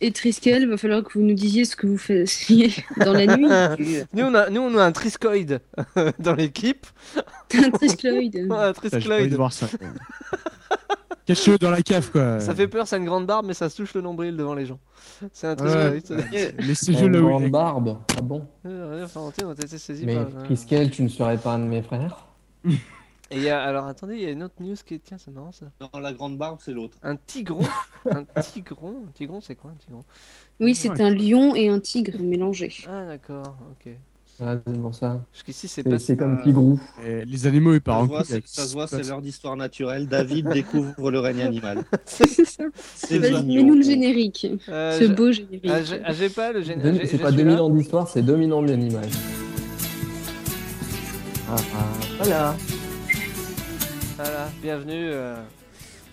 Speaker 4: et Triskel, va falloir que vous nous disiez ce que vous faisiez dans la nuit.
Speaker 3: Nous, on a, nous, on a un triscoïde dans l'équipe.
Speaker 4: T'es un Triscloïde.
Speaker 3: Un
Speaker 5: Putain, J'ai pas envie de
Speaker 3: triscloïde.
Speaker 5: voir ça. quoi. Cache-le dans la cave, quoi.
Speaker 3: Ça fait peur, ça a une grande barbe, mais ça se touche le nombril devant les gens. C'est un truc.
Speaker 5: Ouais. Laissez
Speaker 1: J'ai
Speaker 5: jeu
Speaker 1: une
Speaker 5: là où
Speaker 1: grande
Speaker 5: il est.
Speaker 1: barbe. Ah bon
Speaker 3: on a été saisi
Speaker 1: Mais
Speaker 3: par. un-
Speaker 1: Triskel, tu ne serais pas un de mes frères
Speaker 3: Et il y a, alors attendez, il y a une autre news qui est. Tiens, c'est marrant ça.
Speaker 6: Dans la grande barbe, c'est l'autre.
Speaker 3: Un tigron Un tigron Un tigron, c'est quoi un tigron
Speaker 4: Oui, c'est un lion et un tigre mélangés.
Speaker 3: Ah, d'accord, ok.
Speaker 1: Ah, c'est pour ça.
Speaker 3: Jusqu'ici, c'est pas.
Speaker 1: C'est- C'est comme Tigrou.
Speaker 5: Et Eh, les animaux, ils
Speaker 6: Ça
Speaker 5: partent en
Speaker 6: se voit,
Speaker 5: couille avec
Speaker 6: c'est- ça se voit,
Speaker 5: ce qui
Speaker 6: c'est
Speaker 5: se
Speaker 6: l'heure d'histoire naturelle. David découvre le règne animal.
Speaker 4: C'est ça.
Speaker 6: C'est
Speaker 4: Vas-y,
Speaker 6: mignon.
Speaker 4: Mets-nous le générique.
Speaker 3: Euh,
Speaker 4: Ce
Speaker 3: je-
Speaker 4: beau
Speaker 3: Ah, j'ai
Speaker 4: générique.
Speaker 3: ah, j'ai pas le gén-
Speaker 1: Deux-
Speaker 3: j'ai-
Speaker 1: C'est
Speaker 3: j'ai
Speaker 1: pas
Speaker 3: celui-là.
Speaker 1: 2000 ans d'histoire, c'est 2000 ans d'animal. Ah, ah, voilà.
Speaker 3: Voilà, bienvenue. euh.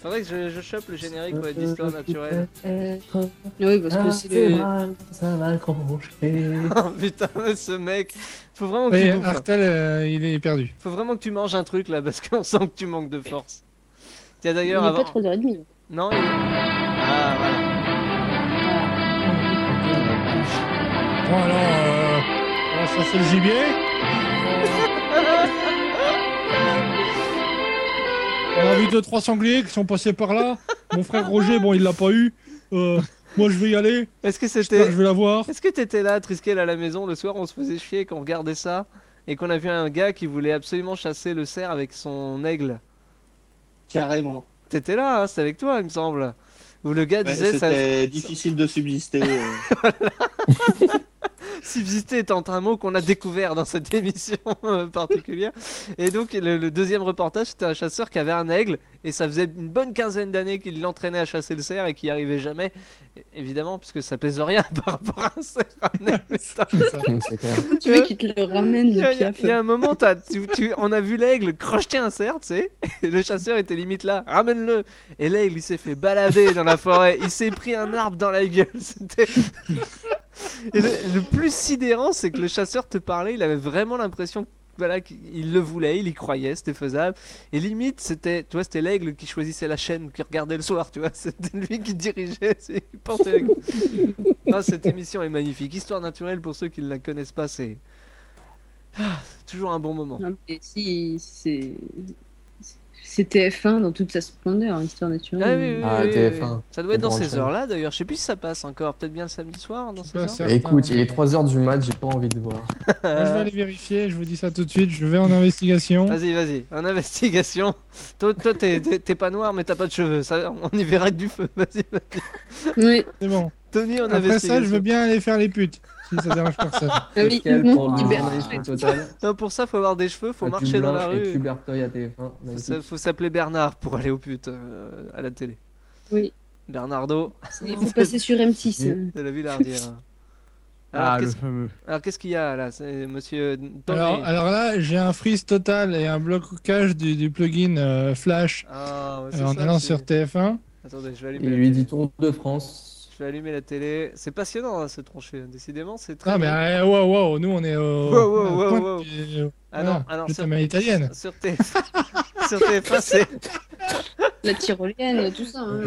Speaker 3: Faudrait que je, je chope le générique ouais, d'histoire naturelle.
Speaker 4: Oui, parce que
Speaker 1: Ah,
Speaker 4: c'est
Speaker 1: c'est
Speaker 3: Euh,
Speaker 4: le-
Speaker 1: mal, ça va crocher.
Speaker 3: Oh putain, mais ce mec. Faut vraiment que,
Speaker 2: Oui,
Speaker 3: tu bouffes, hein.
Speaker 2: Artel, euh, il est perdu.
Speaker 3: Faut vraiment que tu manges un truc là, parce qu'on sent que tu manques de force. Tiens
Speaker 7: Il n'est
Speaker 3: d'ailleurs, avant.
Speaker 7: pas 3h30.
Speaker 3: Non, il... Ah, voilà.
Speaker 2: Bon, alors, euh, on va chasser le gibier. On a vu deux, trois sangliers qui sont passés par là. Mon frère Roger, bon, il l'a pas eu. Euh, moi, je vais y aller.
Speaker 3: Est-ce que
Speaker 2: J'espère que
Speaker 3: c'était.
Speaker 2: je vais la voir.
Speaker 3: Est-ce que t'étais là, Triskel, à la maison le soir, on se faisait chier, qu'on regardait ça, et qu'on a vu un gars qui voulait absolument chasser le cerf avec son aigle
Speaker 6: Carrément.
Speaker 3: T'étais là, hein, c'était avec toi, il me semble. Où le gars
Speaker 6: Ouais,
Speaker 3: disait ça.
Speaker 6: C'était difficile de subsister. euh.
Speaker 3: Subsister étant un mot qu'on a découvert dans cette émission euh, particulière. Et donc, le, le deuxième reportage, c'était un chasseur qui avait un aigle. Et ça faisait une bonne quinzaine d'années qu'il l'entraînait à chasser le cerf et qu'il n'y arrivait jamais. É- Évidemment, puisque ça pèse rien par rapport à un cerf. un aigle, putain.
Speaker 1: C'est clair.
Speaker 4: tu veux qu'il te le ramène
Speaker 3: Il y, a-
Speaker 4: le
Speaker 3: il y a-
Speaker 4: piaf.
Speaker 3: il y a un moment, t'as- tu, tu- on a vu l'aigle crocheter un cerf, tu sais. et Le chasseur était limite là, ramène-le. Et l'aigle, il s'est fait balader dans la forêt. Il s'est pris un arbre dans la gueule. C'était. Et le, le plus sidérant, c'est que le chasseur te parlait. Il avait vraiment l'impression que, voilà, qu'il le voulait, il y croyait, c'était faisable. Et limite, c'était, tu vois, c'était l'aigle qui choisissait la chaîne, qui regardait le soir, tu vois. C'était lui qui dirigeait, c'est lui qui portait la- Ah, cette émission est magnifique. Histoire naturelle, pour ceux qui ne la connaissent pas, c'est. Ah, c'est toujours un bon moment.
Speaker 4: Non, mais si, c'est. C'est TF1 dans toute sa splendeur, histoire naturelle.
Speaker 3: Ah oui, oui,
Speaker 1: Ah,
Speaker 3: oui, oui,
Speaker 1: TF1,
Speaker 3: oui. Ça doit être dans
Speaker 1: grande
Speaker 3: ces
Speaker 1: chaîne.
Speaker 3: heures-là d'ailleurs. Je sais plus si ça passe encore. Peut-être bien le samedi soir dans ces
Speaker 2: Pas
Speaker 3: heures.
Speaker 2: certain.
Speaker 1: Écoute, il est 3h du mat, j'ai pas envie de voir.
Speaker 4: Ah
Speaker 2: Moi, je vais aller vérifier, je vous dis ça tout de suite. Je vais en investigation.
Speaker 3: Euh, Vas-y, vas-y, en investigation. Toi, toi, t'es, t'es- t'es pas noir, mais t'as pas de cheveux. Ça, on y verra que du feu. Vas-y, vas-y.
Speaker 4: Oui,
Speaker 2: C'est bon.
Speaker 3: Tony, en
Speaker 2: Après ça,
Speaker 3: investigation.
Speaker 2: je veux bien aller faire les putes. Si ça dérange personne.
Speaker 4: ah oui.
Speaker 1: Quel
Speaker 4: Mhm.
Speaker 1: pour le
Speaker 4: Libère-
Speaker 1: journalisme total.
Speaker 3: Non, pour ça, faut avoir des cheveux, faut
Speaker 1: Mathieu
Speaker 3: marcher dans la
Speaker 1: Blanche et
Speaker 3: rue.
Speaker 1: Tubertoy à TF1.
Speaker 3: Faut,
Speaker 1: magnifique.
Speaker 3: s'a- faut s'appeler Bernard pour aller aux putes euh, à la télé.
Speaker 4: Oui.
Speaker 3: Bernardo
Speaker 4: Il faut passer sur M6.
Speaker 1: Oui.
Speaker 4: euh.
Speaker 3: de la Villardière.
Speaker 5: passe.
Speaker 3: Alors,
Speaker 5: Ah, le
Speaker 3: qu'est-ce,
Speaker 5: fameux.
Speaker 3: alors, qu'est-ce qu'il y a là C'est monsieur Tony.
Speaker 2: Alors, euh, alors là, j'ai un freeze total et un blocage du, du plugin euh, Flash
Speaker 3: Ah, ouais,
Speaker 2: euh,
Speaker 3: c'est
Speaker 2: en
Speaker 3: ça,
Speaker 2: allant
Speaker 3: c'est-
Speaker 2: sur TF1.
Speaker 3: Attendez, je vais allumer.
Speaker 1: Il
Speaker 3: la
Speaker 1: lui
Speaker 3: télé.
Speaker 1: dit Tour de France.
Speaker 3: Je vais allumer la télé. C'est passionnant hein, ce troncher. Décidément, c'est très.
Speaker 2: Ah, mais
Speaker 3: bien.
Speaker 2: euh, wow, wow, nous on est au.
Speaker 3: Wow, wow, wow,
Speaker 2: à la pointe
Speaker 3: wow.
Speaker 2: du-
Speaker 3: Ah non,
Speaker 2: Ah,
Speaker 3: alors
Speaker 2: putain,
Speaker 3: sur,
Speaker 2: mais italienne.
Speaker 3: sur TF1, sur TF1, c'est
Speaker 4: La tyrolienne, tout ça. hein.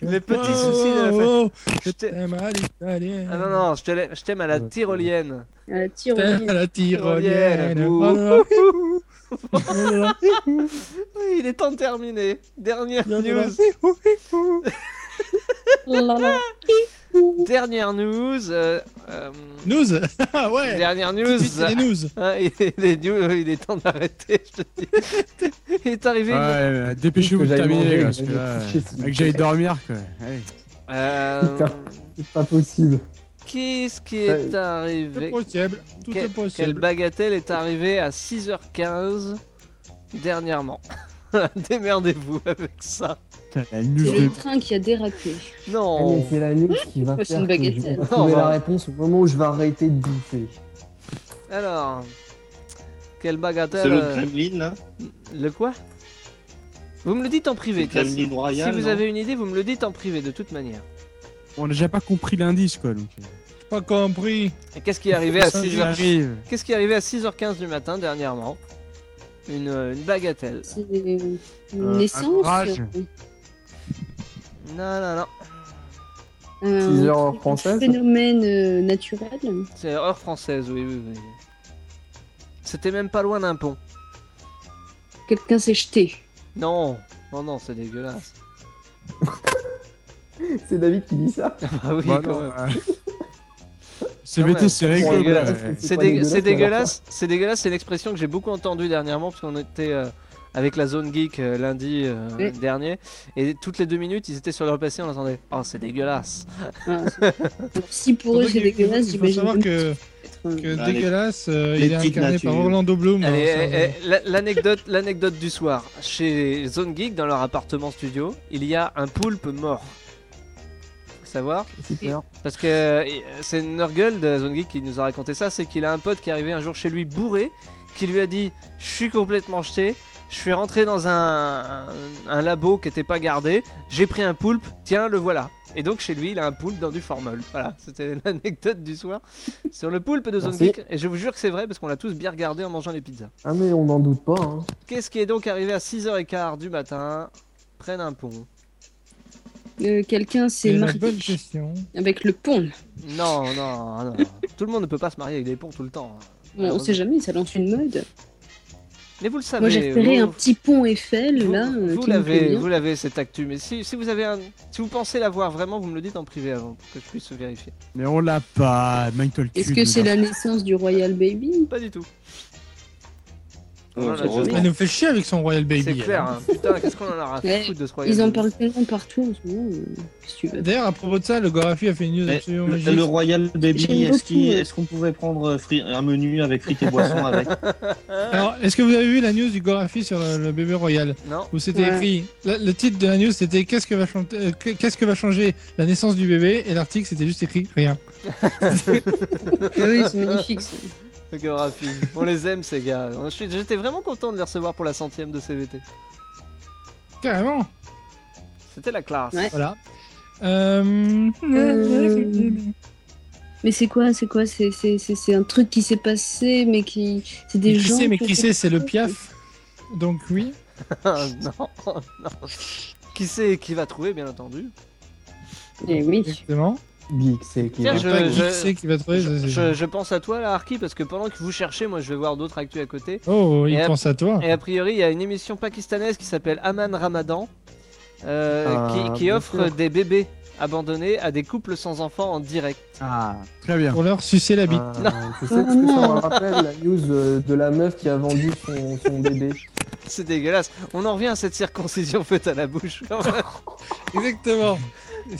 Speaker 3: les petits
Speaker 2: Wow,
Speaker 3: soucis de la famille.
Speaker 2: wow,
Speaker 3: Je t'ai-
Speaker 2: Oh, t'aimes à l'italienne.
Speaker 3: Ah non, non, je te l'ai- je t'aime à la tyrolienne.
Speaker 4: Ah,
Speaker 7: La
Speaker 2: T'aimes à
Speaker 7: tyrolienne.
Speaker 2: la tyrolienne.
Speaker 3: Tyrolienne,
Speaker 2: Oh là là, oh là là,
Speaker 3: Oui, il est temps de terminer. Dernière
Speaker 2: oh là là.
Speaker 3: news.
Speaker 4: Oh
Speaker 3: Dernière news. euh, euh,
Speaker 2: News Ah ouais
Speaker 3: Dernière
Speaker 2: tout de
Speaker 3: news.
Speaker 2: suite, c'est des news
Speaker 3: Ah, il, est, il est news, il est temps d'arrêter, je te dis. Il est arrivé
Speaker 5: Ouais,
Speaker 3: une-
Speaker 5: euh, dépêchez-vous
Speaker 1: Que
Speaker 5: de
Speaker 1: j'aille
Speaker 5: terminer,
Speaker 1: manger,
Speaker 5: les gars,
Speaker 1: que
Speaker 5: parce que
Speaker 1: j'aille
Speaker 5: là,
Speaker 1: me coucher, s'il
Speaker 5: euh,
Speaker 1: vous
Speaker 5: que j'aille
Speaker 1: plaît.
Speaker 5: dormir, quoi. Allez.
Speaker 3: Euh,
Speaker 1: C'est pas possible.
Speaker 3: Qu'est-ce qui est
Speaker 2: C'est
Speaker 3: arrivé
Speaker 2: possible, tout
Speaker 3: Quel-
Speaker 2: est
Speaker 3: Quelle
Speaker 2: possible.
Speaker 3: bagatelle est arrivée à 6h15 dernièrement Démerdez-vous avec ça.
Speaker 5: Putain, la news
Speaker 4: C'est
Speaker 5: de-
Speaker 4: le train qui a dérapé.
Speaker 1: Ah, mais
Speaker 3: Non.
Speaker 1: C'est la news qui va
Speaker 4: C'est
Speaker 1: faire
Speaker 4: une
Speaker 1: que
Speaker 4: baguette.
Speaker 1: je vais
Speaker 4: Non,
Speaker 1: trouver
Speaker 3: bah.
Speaker 1: la réponse au moment où je vais arrêter de bouffer.
Speaker 3: Alors, quelle
Speaker 6: C'est
Speaker 3: bagatelle
Speaker 6: le
Speaker 3: euh,
Speaker 6: Kremlin, là.
Speaker 3: le quoi Vous me le dites en privé.
Speaker 6: Le
Speaker 3: tiens, si-
Speaker 6: Kremlin
Speaker 3: si
Speaker 6: royal.
Speaker 3: vous
Speaker 6: non
Speaker 3: avez une idée, vous me le dites en privé de toute manière.
Speaker 5: On a déjà pas compris l'indice, quoi. Donc, euh.
Speaker 2: J'ai pas compris.
Speaker 3: Et qu'est-ce qui est arrivé à
Speaker 5: Ça,
Speaker 3: 6
Speaker 5: ça arrive.
Speaker 3: Qu'est-ce qui est arrivé à 6h15 du matin dernièrement une, euh, une bagatelle.
Speaker 4: C'est une
Speaker 5: Euh, un
Speaker 4: naissance.
Speaker 5: orage.
Speaker 4: euh,
Speaker 3: Non, non, non.
Speaker 4: euh, un-
Speaker 1: 6 heures
Speaker 4: un
Speaker 1: françaises
Speaker 4: phénomène euh, naturel.
Speaker 3: C'est heure française, oui, oui, oui. C'était même pas loin d'un pont.
Speaker 4: Quelqu'un s'est jeté.
Speaker 3: Non, Oh non, non, c'est dégueulasse.
Speaker 1: C'est David qui dit ça
Speaker 3: Ah oui,
Speaker 5: Bah
Speaker 3: quand
Speaker 5: non,
Speaker 3: même.
Speaker 5: euh, CBT, c'est
Speaker 3: Quand même.
Speaker 5: rigolo.
Speaker 3: dégueulasse.
Speaker 5: ouais.
Speaker 3: C'est
Speaker 1: pas
Speaker 3: dégueu-
Speaker 1: dégueulasse,
Speaker 3: c'est dégueulasse, c'est dégueulasse, c'est une expression que j'ai beaucoup entendue dernièrement parce qu'on était euh, avec la zone geek euh, lundi euh,
Speaker 4: Oui.
Speaker 3: dernier et toutes les deux minutes ils étaient sur leur PC on entendait oh c'est dégueulasse
Speaker 4: Ah,
Speaker 7: Si pour eux
Speaker 2: Surtout
Speaker 7: c'est
Speaker 2: qu'il- il faut-
Speaker 7: dégueulasse,
Speaker 2: Il faut
Speaker 7: j'imagine.
Speaker 2: savoir que,
Speaker 4: peut-être un-
Speaker 2: que
Speaker 6: Bah, les-
Speaker 2: dégueulasse, euh,
Speaker 6: les
Speaker 2: il est
Speaker 6: petites
Speaker 2: incarné par
Speaker 6: natures.
Speaker 2: Orlando Bloom.
Speaker 3: Allez,
Speaker 2: hein, ça-
Speaker 3: eh, eh, la- l'anecdote l'anecdote du soir chez Zone Geek dans leur appartement studio il y a un poulpe mort Faut savoir
Speaker 1: Super.
Speaker 3: Parce que euh, c'est Nurgle de Zone Geek qui nous a raconté ça, c'est qu'il a un pote qui est arrivé un jour chez lui bourré, qui lui a dit je suis complètement jeté, je suis rentré dans un, un labo qui n'était pas gardé, j'ai pris un poulpe, tiens le voilà. Et donc chez lui il a un poulpe dans du formol. Voilà, c'était l'anecdote du soir sur le poulpe de Zone
Speaker 1: Merci.
Speaker 3: Geek. Et je vous jure que c'est vrai parce qu'on l'a tous bien regardé en mangeant les pizzas.
Speaker 1: Ah, mais on n'en doute pas. hein.
Speaker 3: Qu'est-ce qui est donc arrivé à 6h15 du matin Prennent un pont.
Speaker 4: Euh, Quelqu'un s'est
Speaker 2: C'est la
Speaker 4: marié
Speaker 2: bonne question.
Speaker 4: avec le pont.
Speaker 3: Ah, Non, non, non. Tout le monde ne peut pas se marier avec des ponts tout le temps. hein.
Speaker 4: On- on sait jamais, ça lance une mode.
Speaker 3: Ah, Mais vous le savez.
Speaker 4: Moi j'ai repéré
Speaker 3: vous-
Speaker 4: un petit pont Eiffel
Speaker 3: Vous,
Speaker 4: là. euh,
Speaker 3: vous
Speaker 4: qui me plaît
Speaker 3: l'avez,
Speaker 4: bien.
Speaker 3: vous l'avez cette actu, mais si, si vous avez un, si vous pensez l'avoir vraiment, vous me le dites en privé avant pour que je puisse vérifier.
Speaker 5: Mais on l'a pas, Michael
Speaker 4: Est-ce
Speaker 5: Cube,
Speaker 4: que
Speaker 5: on
Speaker 4: c'est
Speaker 5: l'a
Speaker 4: la naissance du Royal Baby
Speaker 3: Pas du tout.
Speaker 6: Ouais,
Speaker 3: Voilà,
Speaker 6: heureusement.
Speaker 2: Elle nous fait chier avec son Royal Baby.
Speaker 3: C'est
Speaker 2: elle,
Speaker 3: clair.
Speaker 2: hein.
Speaker 3: hein. Putain, qu'est-ce qu'on en a à
Speaker 4: Ouais,
Speaker 3: foutre de ce royaume
Speaker 4: Ils en parlent tellement partout en ce moment. euh, qu'est-ce que tu veux
Speaker 2: D'ailleurs, à propos de ça, le Gorafi a fait une news
Speaker 6: Mais
Speaker 2: absolument
Speaker 6: le-
Speaker 2: magique.
Speaker 6: Le Royal Baby,
Speaker 4: J'aime
Speaker 6: est-ce qu'il-
Speaker 4: beaucoup, euh.
Speaker 6: est-ce qu'on pouvait prendre euh, fri- un menu avec frites et boissons avec
Speaker 2: Alors, est-ce que vous avez vu la news du Gorafi sur le, le bébé royal
Speaker 3: Non.
Speaker 2: où c'était
Speaker 4: Ouais.
Speaker 2: écrit le, le titre de la news c'était qu'est-ce que va chanter- euh, que- qu'est-ce que va changer la naissance du bébé et l'article c'était juste écrit rien.
Speaker 4: Ah Oui, c'est magnifique. ça.
Speaker 3: le Gorafi. On les aime ces gars. Je suis- J'étais vraiment content de les recevoir pour la centième de CVT.
Speaker 2: Carrément.
Speaker 3: C'était la classe.
Speaker 4: Ouais.
Speaker 2: Voilà. Euh,
Speaker 4: Euh, Mais c'est quoi C'est quoi C'est c'est- c'est- c'est un truc qui s'est passé, mais qui. C'est des
Speaker 2: mais qui
Speaker 4: gens.
Speaker 2: sait, mais
Speaker 4: qui ont
Speaker 2: qui
Speaker 4: fait-
Speaker 2: sait, c'est le Piaf. Donc oui.
Speaker 3: Ah, non, non. Qui sait qui va trouver, bien entendu.
Speaker 4: Eh oui.
Speaker 2: Exactement.
Speaker 1: Geek, c'est qui
Speaker 3: Tiens,
Speaker 2: Il y a
Speaker 3: je-
Speaker 2: pas qui
Speaker 3: je-
Speaker 2: sait qui va trouver. ça,
Speaker 3: Je,
Speaker 2: c'est-
Speaker 3: je- je pense à toi là, Arki, parce que pendant que vous cherchez, moi je vais voir d'autres actus à côté.
Speaker 2: Oh, il
Speaker 3: Et à-
Speaker 2: pense à toi.
Speaker 3: Et a priori, il y a une émission pakistanaise qui s'appelle Aman Ramadan, euh,
Speaker 1: Ah,
Speaker 3: qui, qui
Speaker 1: bien
Speaker 3: offre
Speaker 1: sûr.
Speaker 3: des bébés abandonnés à des couples sans enfants en direct.
Speaker 5: Ah, très bien.
Speaker 2: Pour leur sucer la bite.
Speaker 1: Ah, tu sais ce que ça me rappelle la news euh, de la meuf qui a vendu son, son bébé.
Speaker 3: C'est dégueulasse. On en revient à cette circoncision faite à la bouche.
Speaker 2: Exactement.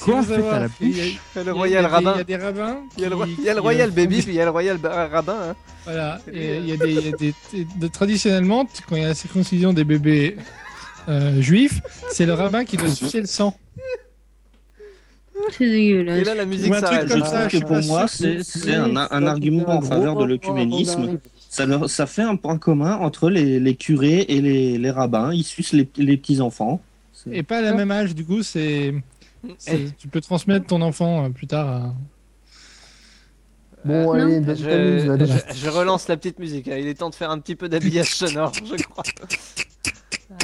Speaker 5: Quoi,
Speaker 2: vous
Speaker 5: fait
Speaker 2: savoir,
Speaker 5: à la
Speaker 2: il y a-
Speaker 3: le
Speaker 2: il y a
Speaker 3: royal
Speaker 2: des- Il y
Speaker 3: rabbin.
Speaker 2: a des rabbins.
Speaker 3: Il y a le,
Speaker 2: qui-
Speaker 3: il y a le
Speaker 2: qui,
Speaker 3: royal
Speaker 2: euh,
Speaker 3: baby, puis il y a le royal ba- rabbin. hein.
Speaker 2: Voilà. Et il y a des. il y a des- des- de- traditionnellement, t- quand il y a la circoncision des bébés euh, juifs, c'est le rabbin qui doit sucer le sang.
Speaker 4: C'est
Speaker 3: Et
Speaker 4: dégueulasse.
Speaker 3: là, la musique
Speaker 2: Ou un truc
Speaker 3: s'arrête.
Speaker 6: Je
Speaker 2: comme
Speaker 3: Ah,
Speaker 2: ça,
Speaker 6: trouve que
Speaker 2: je
Speaker 6: pour
Speaker 2: suis
Speaker 6: moi,
Speaker 2: sûr que
Speaker 6: c'est c'est un, un argument en faveur de l'œcuménisme. Ça, leur- ça fait un point commun entre les, les curés et les, les rabbins. Ils sucent les, les petits-enfants.
Speaker 2: Et pas à la même âge, du coup, c'est. c'est- Tu peux transmettre ton enfant euh, plus tard à.
Speaker 1: Bon,
Speaker 4: Non.
Speaker 1: allez, donne ta news, là,
Speaker 3: Euh, Je,
Speaker 1: déjà.
Speaker 3: je- je relance la petite musique. hein. Il est temps de faire un petit peu d'habillage sonore, je crois.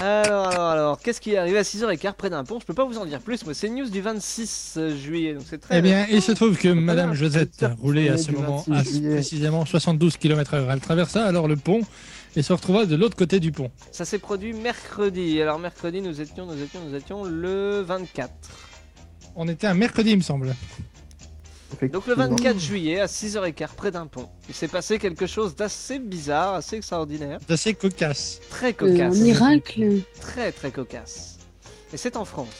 Speaker 3: Alors, alors, alors, qu'est-ce qui est arrivé à 6h15 près d'un pont Je peux pas vous en dire plus. Moi, c'est une news du 26 juillet, donc c'est très.
Speaker 2: Eh bien, il se trouve que Madame Josette
Speaker 1: Putain,
Speaker 2: roulait à
Speaker 1: du
Speaker 2: ce moment à
Speaker 1: 26 juillet.
Speaker 2: précisément 72 km/h. Elle traversa alors le pont et se retrouva de l'autre côté du pont.
Speaker 3: Ça s'est produit mercredi. Alors mercredi, nous étions, nous étions, nous étions le 24.
Speaker 2: On était un mercredi, il me semble.
Speaker 3: Donc le 24 juillet à 6h15 près d'un pont. Il s'est passé quelque chose d'assez bizarre, assez extraordinaire,
Speaker 2: C'est assez cocasse.
Speaker 3: très
Speaker 4: Euh, un
Speaker 3: cocasse,
Speaker 4: miracle
Speaker 3: très très cocasse. Et c'est en France.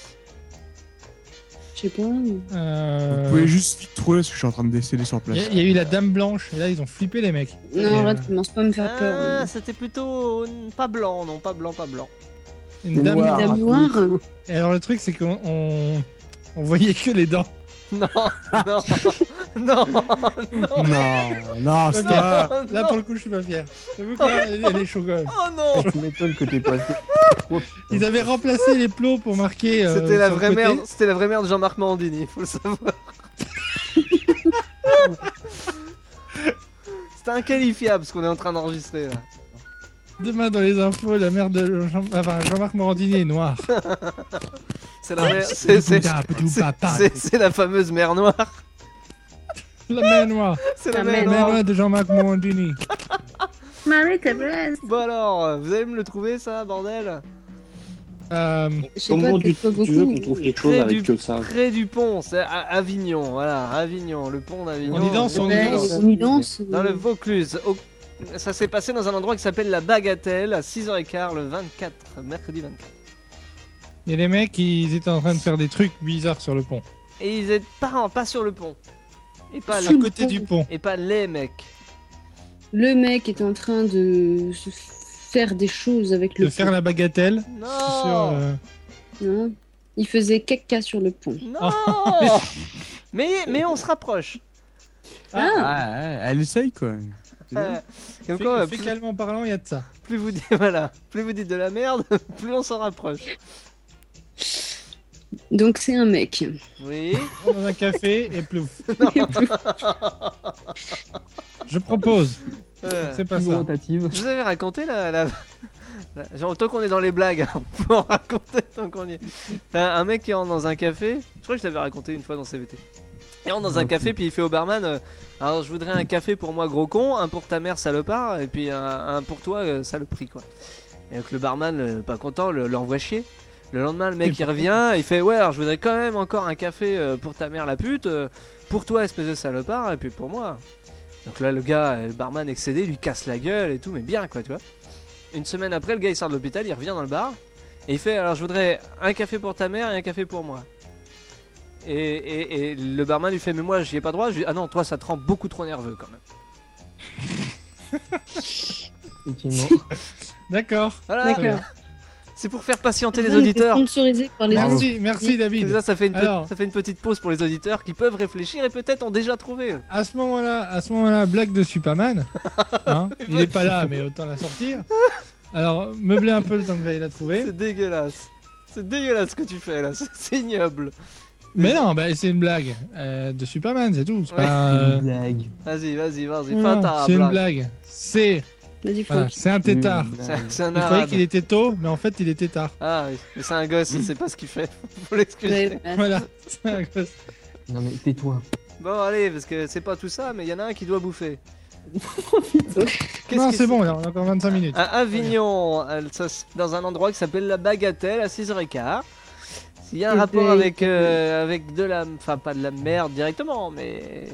Speaker 4: Je sais pas.
Speaker 2: Euh,
Speaker 5: Vous pouvez juste vite trouver parce que je suis en train de décéder sur
Speaker 2: Il
Speaker 5: place.
Speaker 2: y, a- il y a eu la Dame Blanche et là ils ont flippé les mecs. Et,
Speaker 4: Non,
Speaker 2: euh,
Speaker 4: arrête, commence pas à me faire
Speaker 3: Ah,
Speaker 4: peur.
Speaker 3: c'était plutôt euh, pas blanc, non, pas blanc, pas blanc.
Speaker 2: une dame
Speaker 4: noir.
Speaker 2: blanche.
Speaker 4: Dame noire.
Speaker 2: Et alors le truc c'est qu'on on, on voyait que les dents.
Speaker 3: Non, non, non,
Speaker 5: Non, non, c'est
Speaker 2: Ok.
Speaker 5: pas.
Speaker 2: Ah, Là pour le coup je suis pas fier. J'avoue que là, elle, elle est chaud quand même.
Speaker 3: Oh non
Speaker 1: Tu m'étonnes que t'es passé.
Speaker 2: Ils avaient remplacé les plots pour marquer. euh,
Speaker 3: C'était la
Speaker 2: sur le
Speaker 3: vraie
Speaker 2: côté.
Speaker 3: merde, c'était la vraie merde de Jean-Marc Mandini, faut le savoir. c'était inqualifiable ce qu'on est en train d'enregistrer là.
Speaker 2: Demain dans les infos, la mère de Jean- enfin, Jean-Marc Morandini est noire.
Speaker 3: C'est la, vraie- c'est- c'est-
Speaker 5: Bouddha, Bouddha,
Speaker 3: c'est-
Speaker 5: Bouddha.
Speaker 3: c'est- c'est la fameuse mer noire.
Speaker 2: La mère noire.
Speaker 3: C'est la
Speaker 4: La
Speaker 3: mer
Speaker 4: mer
Speaker 2: La
Speaker 3: noire.
Speaker 2: mère de Jean-Marc Morandini.
Speaker 7: Marie, ta blesse.
Speaker 3: euh, Bon alors, vous allez me le trouver ça, bordel
Speaker 2: Euh,
Speaker 4: Je sais
Speaker 6: Comment
Speaker 4: pas,
Speaker 6: tu,
Speaker 4: peut-être pas
Speaker 6: tu veux
Speaker 4: beaucoup.
Speaker 6: qu'on trouve quelque chose
Speaker 3: Très
Speaker 6: avec
Speaker 3: du-
Speaker 6: que ça
Speaker 3: Près du pont, c'est à Avignon, voilà, Avignon, le pont d'Avignon.
Speaker 2: On y danse, on y
Speaker 4: Ouais,
Speaker 2: danse.
Speaker 4: on y danse.
Speaker 3: Dans le Vaucluse. au- Ça s'est passé dans un endroit qui s'appelle la Bagatelle à 6h15 le 24, mercredi 24.
Speaker 2: et les mecs, ils étaient en train de faire des trucs bizarres sur le pont.
Speaker 3: Et ils étaient pas, en- pas sur le pont. Et pas,
Speaker 2: à
Speaker 3: le-
Speaker 2: Ah, côté du pont.
Speaker 3: et pas les mecs.
Speaker 4: Le mec est en train de se faire des choses avec
Speaker 2: De
Speaker 4: le
Speaker 2: faire
Speaker 4: pont.
Speaker 2: la bagatelle.
Speaker 3: Non
Speaker 2: Sur, euh,
Speaker 4: non hein. Il faisait caca sur le pont.
Speaker 3: Non mais, mais on se rapproche.
Speaker 4: Ah,
Speaker 5: Ah, ouais, elle essaye quoi. C'est bien.
Speaker 3: Euh, comme
Speaker 2: fé-
Speaker 3: quoi, plus,
Speaker 2: fécalement parlant, il y a de ça.
Speaker 3: plus vous dites, voilà, plus vous dites de la merde, plus on s'en rapproche.
Speaker 4: donc c'est un mec.
Speaker 3: Oui.
Speaker 2: Dans un café et plouf. Je propose.
Speaker 3: euh,
Speaker 2: C'est pas
Speaker 1: Plus
Speaker 2: ça.
Speaker 1: rotative.
Speaker 3: Je vous avais raconté la. la... la- Genre, tant qu'on est dans les blagues, hein, on peut en raconter tant qu'on y est. T'as un mec qui rentre dans un café, je crois que je t'avais raconté une fois dans CVT. Il rentre dans un café, puis il fait au barman euh, Alors, je voudrais un café pour moi, gros con, un pour ta mère, salopard, et puis un, un pour toi, euh, saloperie, quoi. Et donc, le barman, euh, pas content, le- l'envoie chier. Le lendemain, le mec il revient, il fait Ouais, alors je voudrais quand même encore un café euh, pour ta mère, la pute, euh, pour toi, espèce de salopard, et puis pour moi. Donc là, le gars, euh, le barman excédé, lui casse la gueule et tout, mais bien quoi, tu vois. Une semaine après, le gars il sort de l'hôpital, il revient dans le bar et il fait Alors je voudrais un café pour ta mère et un café pour moi. Et, et- et le barman lui fait Mais moi j'y ai pas droit. Je lui dis, Ah non, toi ça te rend beaucoup trop nerveux quand même.
Speaker 1: Effectivement.
Speaker 2: D'accord.
Speaker 3: Voilà,
Speaker 4: D'accord.
Speaker 3: c'est pour faire patienter les
Speaker 4: Il était
Speaker 3: auditeurs.
Speaker 4: Sponsorisé par les auditeurs.
Speaker 2: Merci, merci
Speaker 3: Comme
Speaker 2: David.
Speaker 3: ça, ça fait, une pe-
Speaker 2: Alors.
Speaker 3: ça fait une petite pause pour les auditeurs qui peuvent réfléchir et peut-être ont déjà trouvé.
Speaker 2: À ce moment-là, à ce moment-là, blague de Superman. Hein Il n'est pas là, mais autant la sortir. Alors, meublez un peu le temps que j'aille la trouver.
Speaker 3: C'est dégueulasse. C'est dégueulasse ce que tu fais là, c'est- c'est ignoble.
Speaker 2: Mais non, bah, c'est une blague euh, de Superman, c'est tout. C'est
Speaker 3: Ouais.
Speaker 2: pas, euh,
Speaker 1: Blague.
Speaker 3: Vas-y, vas-y, vas-y,
Speaker 2: non,
Speaker 3: fin ta
Speaker 2: Ah. c'est une
Speaker 3: blague.
Speaker 2: blague. C'est
Speaker 4: Vas-y, Franck.
Speaker 2: voilà, c'est un tétard.
Speaker 3: C'est- C'est un
Speaker 2: Je croyais
Speaker 3: arabe.
Speaker 2: qu'il était tôt, mais en fait, il était tard.
Speaker 3: Ah oui, mais c'est un gosse, il sait pas ce qu'il fait. Faut l'excuser.
Speaker 4: Ouais, voilà.
Speaker 2: Voilà. C'est un gosse.
Speaker 1: Non mais tais-toi.
Speaker 3: Bon, allez, parce que c'est pas tout ça, mais il y en a un qui doit bouffer. Qu'est-ce
Speaker 2: Non,
Speaker 3: que Ah,
Speaker 2: c'est bon, là, on a encore 25 minutes.
Speaker 3: À Avignon, elle- ça s- dans un endroit qui s'appelle la Bagatelle, à 6h15. S'il y a un
Speaker 4: Que
Speaker 3: rapport
Speaker 4: dalle,
Speaker 3: avec,
Speaker 4: que
Speaker 3: euh, avec de la. Enfin, pas de la merde directement, mais.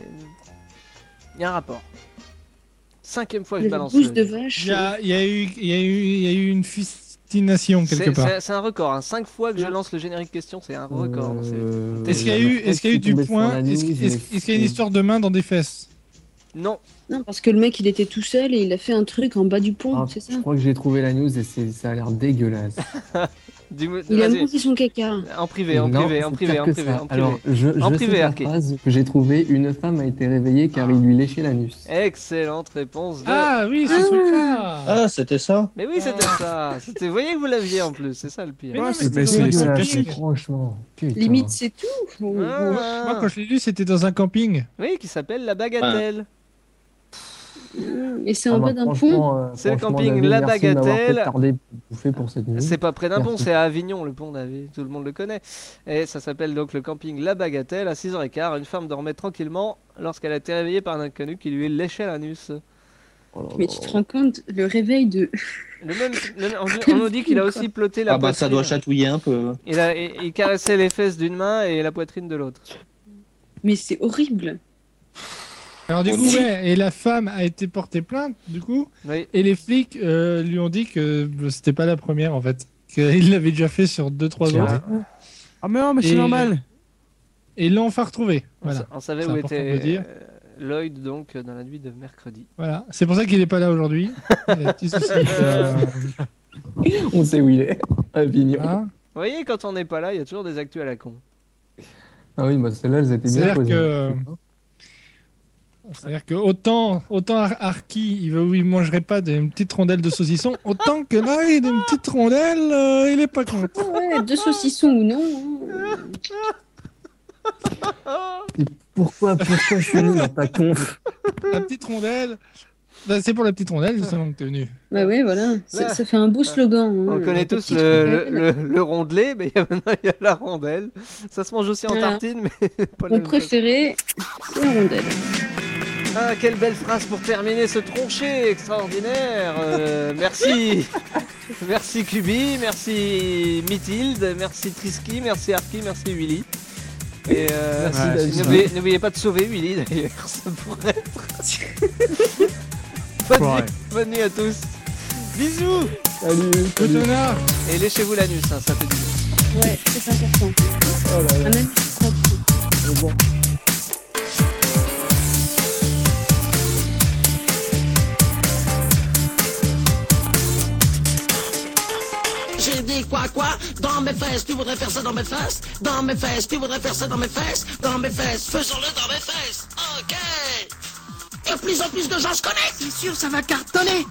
Speaker 3: Il y a un rapport. Cinquième fois que je
Speaker 4: La
Speaker 3: balance.
Speaker 4: bouche
Speaker 3: le-
Speaker 4: de vache. euh,
Speaker 2: Il y a, il y a eu, il y a eu, il y a eu une fistination quelque
Speaker 3: C'est-
Speaker 2: part.
Speaker 3: C'est c'est un record, hein. cinq fois que je lance le générique question, c'est un record. Ah, c'est-
Speaker 1: Euh,
Speaker 2: Est-ce qu'il y a eu, est-ce qu'il y a eu du
Speaker 1: tombé sur la
Speaker 2: point
Speaker 1: news,
Speaker 2: Est-ce
Speaker 1: mais
Speaker 2: est-ce- est-ce qu'il y a une histoire de main dans des fesses
Speaker 3: Non,
Speaker 4: Non, parce que le mec, il était tout seul et il a fait un truc en bas du pont,
Speaker 1: Ah,
Speaker 4: c'est ça
Speaker 1: Je crois que j'ai trouvé la news et c'est- ça a l'air dégueulasse.
Speaker 3: dis-moi-
Speaker 4: Il a
Speaker 3: vas-y.
Speaker 4: mangé son caca.
Speaker 3: En privé, en
Speaker 1: Non,
Speaker 3: privé,
Speaker 1: c'est
Speaker 3: en privé,
Speaker 1: pire
Speaker 3: en
Speaker 1: que
Speaker 3: privé,
Speaker 1: ça.
Speaker 3: en privé.
Speaker 1: Alors, je, je
Speaker 3: En
Speaker 1: sais
Speaker 3: privé,
Speaker 1: la
Speaker 3: Arki.
Speaker 1: phrase que j'ai trouvée. Une femme a été réveillée car il lui léchait
Speaker 3: Eh,
Speaker 1: l'anus.
Speaker 3: Excellente réponse. de-
Speaker 2: Ah oui, c'est ça.
Speaker 6: Ah, c'était ça
Speaker 3: Mais oui, c'était ça. C'était, vous voyez que vous l'aviez en plus, c'est ça le
Speaker 2: Mais
Speaker 3: pire.
Speaker 2: non,
Speaker 1: Eh
Speaker 5: c'est-
Speaker 1: ben,
Speaker 2: mais
Speaker 5: c'est-
Speaker 2: dans un
Speaker 5: c'est-
Speaker 2: camping.
Speaker 5: c'est-
Speaker 1: Franchement, putain.
Speaker 4: Limite, c'est tout. On- on-
Speaker 3: Ah.
Speaker 2: Moi, quand je l'ai lu, c'était dans un camping.
Speaker 3: Oui, qui s'appelle la bagatelle.
Speaker 2: Ah.
Speaker 4: Et c'est
Speaker 1: Ah
Speaker 4: en
Speaker 1: bah,
Speaker 4: bas d'un pont.
Speaker 1: franchement, euh,
Speaker 3: C'est le
Speaker 1: franchement,
Speaker 3: camping
Speaker 1: David,
Speaker 3: La
Speaker 1: merci de m'avoir
Speaker 3: Bagatelle.
Speaker 1: fait tarder pour bouffer pour cette news.
Speaker 3: C'est pas près d'un pont,
Speaker 1: Merci.
Speaker 3: c'est à Avignon, le pont d'Avignon, tout le monde le connaît. Et ça s'appelle donc le camping La Bagatelle. À 6h15, une femme dormait tranquillement lorsqu'elle a été réveillée par un inconnu qui lui léchait l'anus.
Speaker 1: Oh là là.
Speaker 4: Mais tu te rends compte, le réveil de.
Speaker 3: Le même, le même- on, on nous dit qu'il a aussi ploté la
Speaker 6: Ah bah ça
Speaker 3: poitrine.
Speaker 6: doit chatouiller un peu.
Speaker 3: il, a- il- il caressait les fesses d'une main et la poitrine de l'autre.
Speaker 4: Mais c'est horrible.
Speaker 2: Alors du
Speaker 6: On
Speaker 2: coup,
Speaker 6: dit-
Speaker 2: ouais, et la femme a été portée plainte, du coup,
Speaker 3: Oui.
Speaker 2: et les flics euh, lui ont dit que euh, c'était pas la première en fait, qu'il l'avait déjà fait sur 2-3
Speaker 1: Tiens.
Speaker 2: autres,
Speaker 5: Ah, mais non, mais
Speaker 2: Et-
Speaker 5: c'est normal.
Speaker 2: et ils l'ont enfin retrouvé.
Speaker 3: On
Speaker 2: Voilà,
Speaker 3: sa- On savait
Speaker 2: c'est
Speaker 3: où
Speaker 2: important de
Speaker 3: était
Speaker 2: le dire.
Speaker 3: euh, Lloyd donc euh, dans la nuit de mercredi.
Speaker 2: voilà. C'est pour ça qu'il est pas là aujourd'hui. Il a un petit souci. euh,
Speaker 1: On sait où il est. Avignon. Ah,
Speaker 2: hein.
Speaker 3: Vous voyez, quand on n'est pas là, il y a toujours des actus à la con.
Speaker 1: oui, bah celle-là, elles étaient bien
Speaker 2: C'est-à-dire
Speaker 1: posées.
Speaker 2: que- euh, C'est-à-dire que autant, autant Ar- Arki, il veut- il mangerait pas d'une petite rondelle de saucisson, autant que là, il a une petite rondelle, euh, il est pas content.
Speaker 4: Ah Ouais, deux saucissons ou non. hein.
Speaker 1: Pourquoi, pourquoi je suis nul dans ta conf
Speaker 2: La petite rondelle. Bah, c'est pour la petite rondelle justement que t'es venu.
Speaker 4: Bah ouais, voilà.
Speaker 3: Ouais.
Speaker 4: Ça, ça fait un beau slogan. hein,
Speaker 3: On connaît
Speaker 4: la
Speaker 3: tous
Speaker 4: petite
Speaker 3: le,
Speaker 4: rondelle.
Speaker 3: le- le- le rondelet, mais il y a maintenant il y a la rondelle. Ça se mange aussi en
Speaker 4: Voilà.
Speaker 3: tartine, mais pas la
Speaker 4: Mon
Speaker 3: même chose.
Speaker 4: préféré, c'est la rondelle.
Speaker 3: Ah, quelle belle phrase pour terminer ce tronché extraordinaire. Euh, merci. merci Kubi, merci Mathilde, merci Triski, merci Arki, merci Willy. Et euh,
Speaker 5: Merci, Ouais, David. c'est ça.
Speaker 3: n'oubliez- n'oubliez pas de sauver Willy d'ailleurs, ça pourrait être. bonne, nuit,
Speaker 5: Pourrait.
Speaker 3: bonne nuit à tous. Bisous
Speaker 1: Salut,
Speaker 2: Le
Speaker 1: salut.
Speaker 2: tonnerre
Speaker 3: Et léchez-vous l'anus, hein, ça fait du bien.
Speaker 4: Ouais, c'est important.
Speaker 1: Oh là là.
Speaker 4: Un ami propre.
Speaker 8: J'ai dit quoi quoi Dans mes fesses, tu voudrais faire ça dans mes fesses Dans mes fesses, tu voudrais faire ça dans mes fesses Dans mes fesses, faisons-le dans mes fesses Ok De plus en plus de gens se connectent C'est sûr, ça va cartonner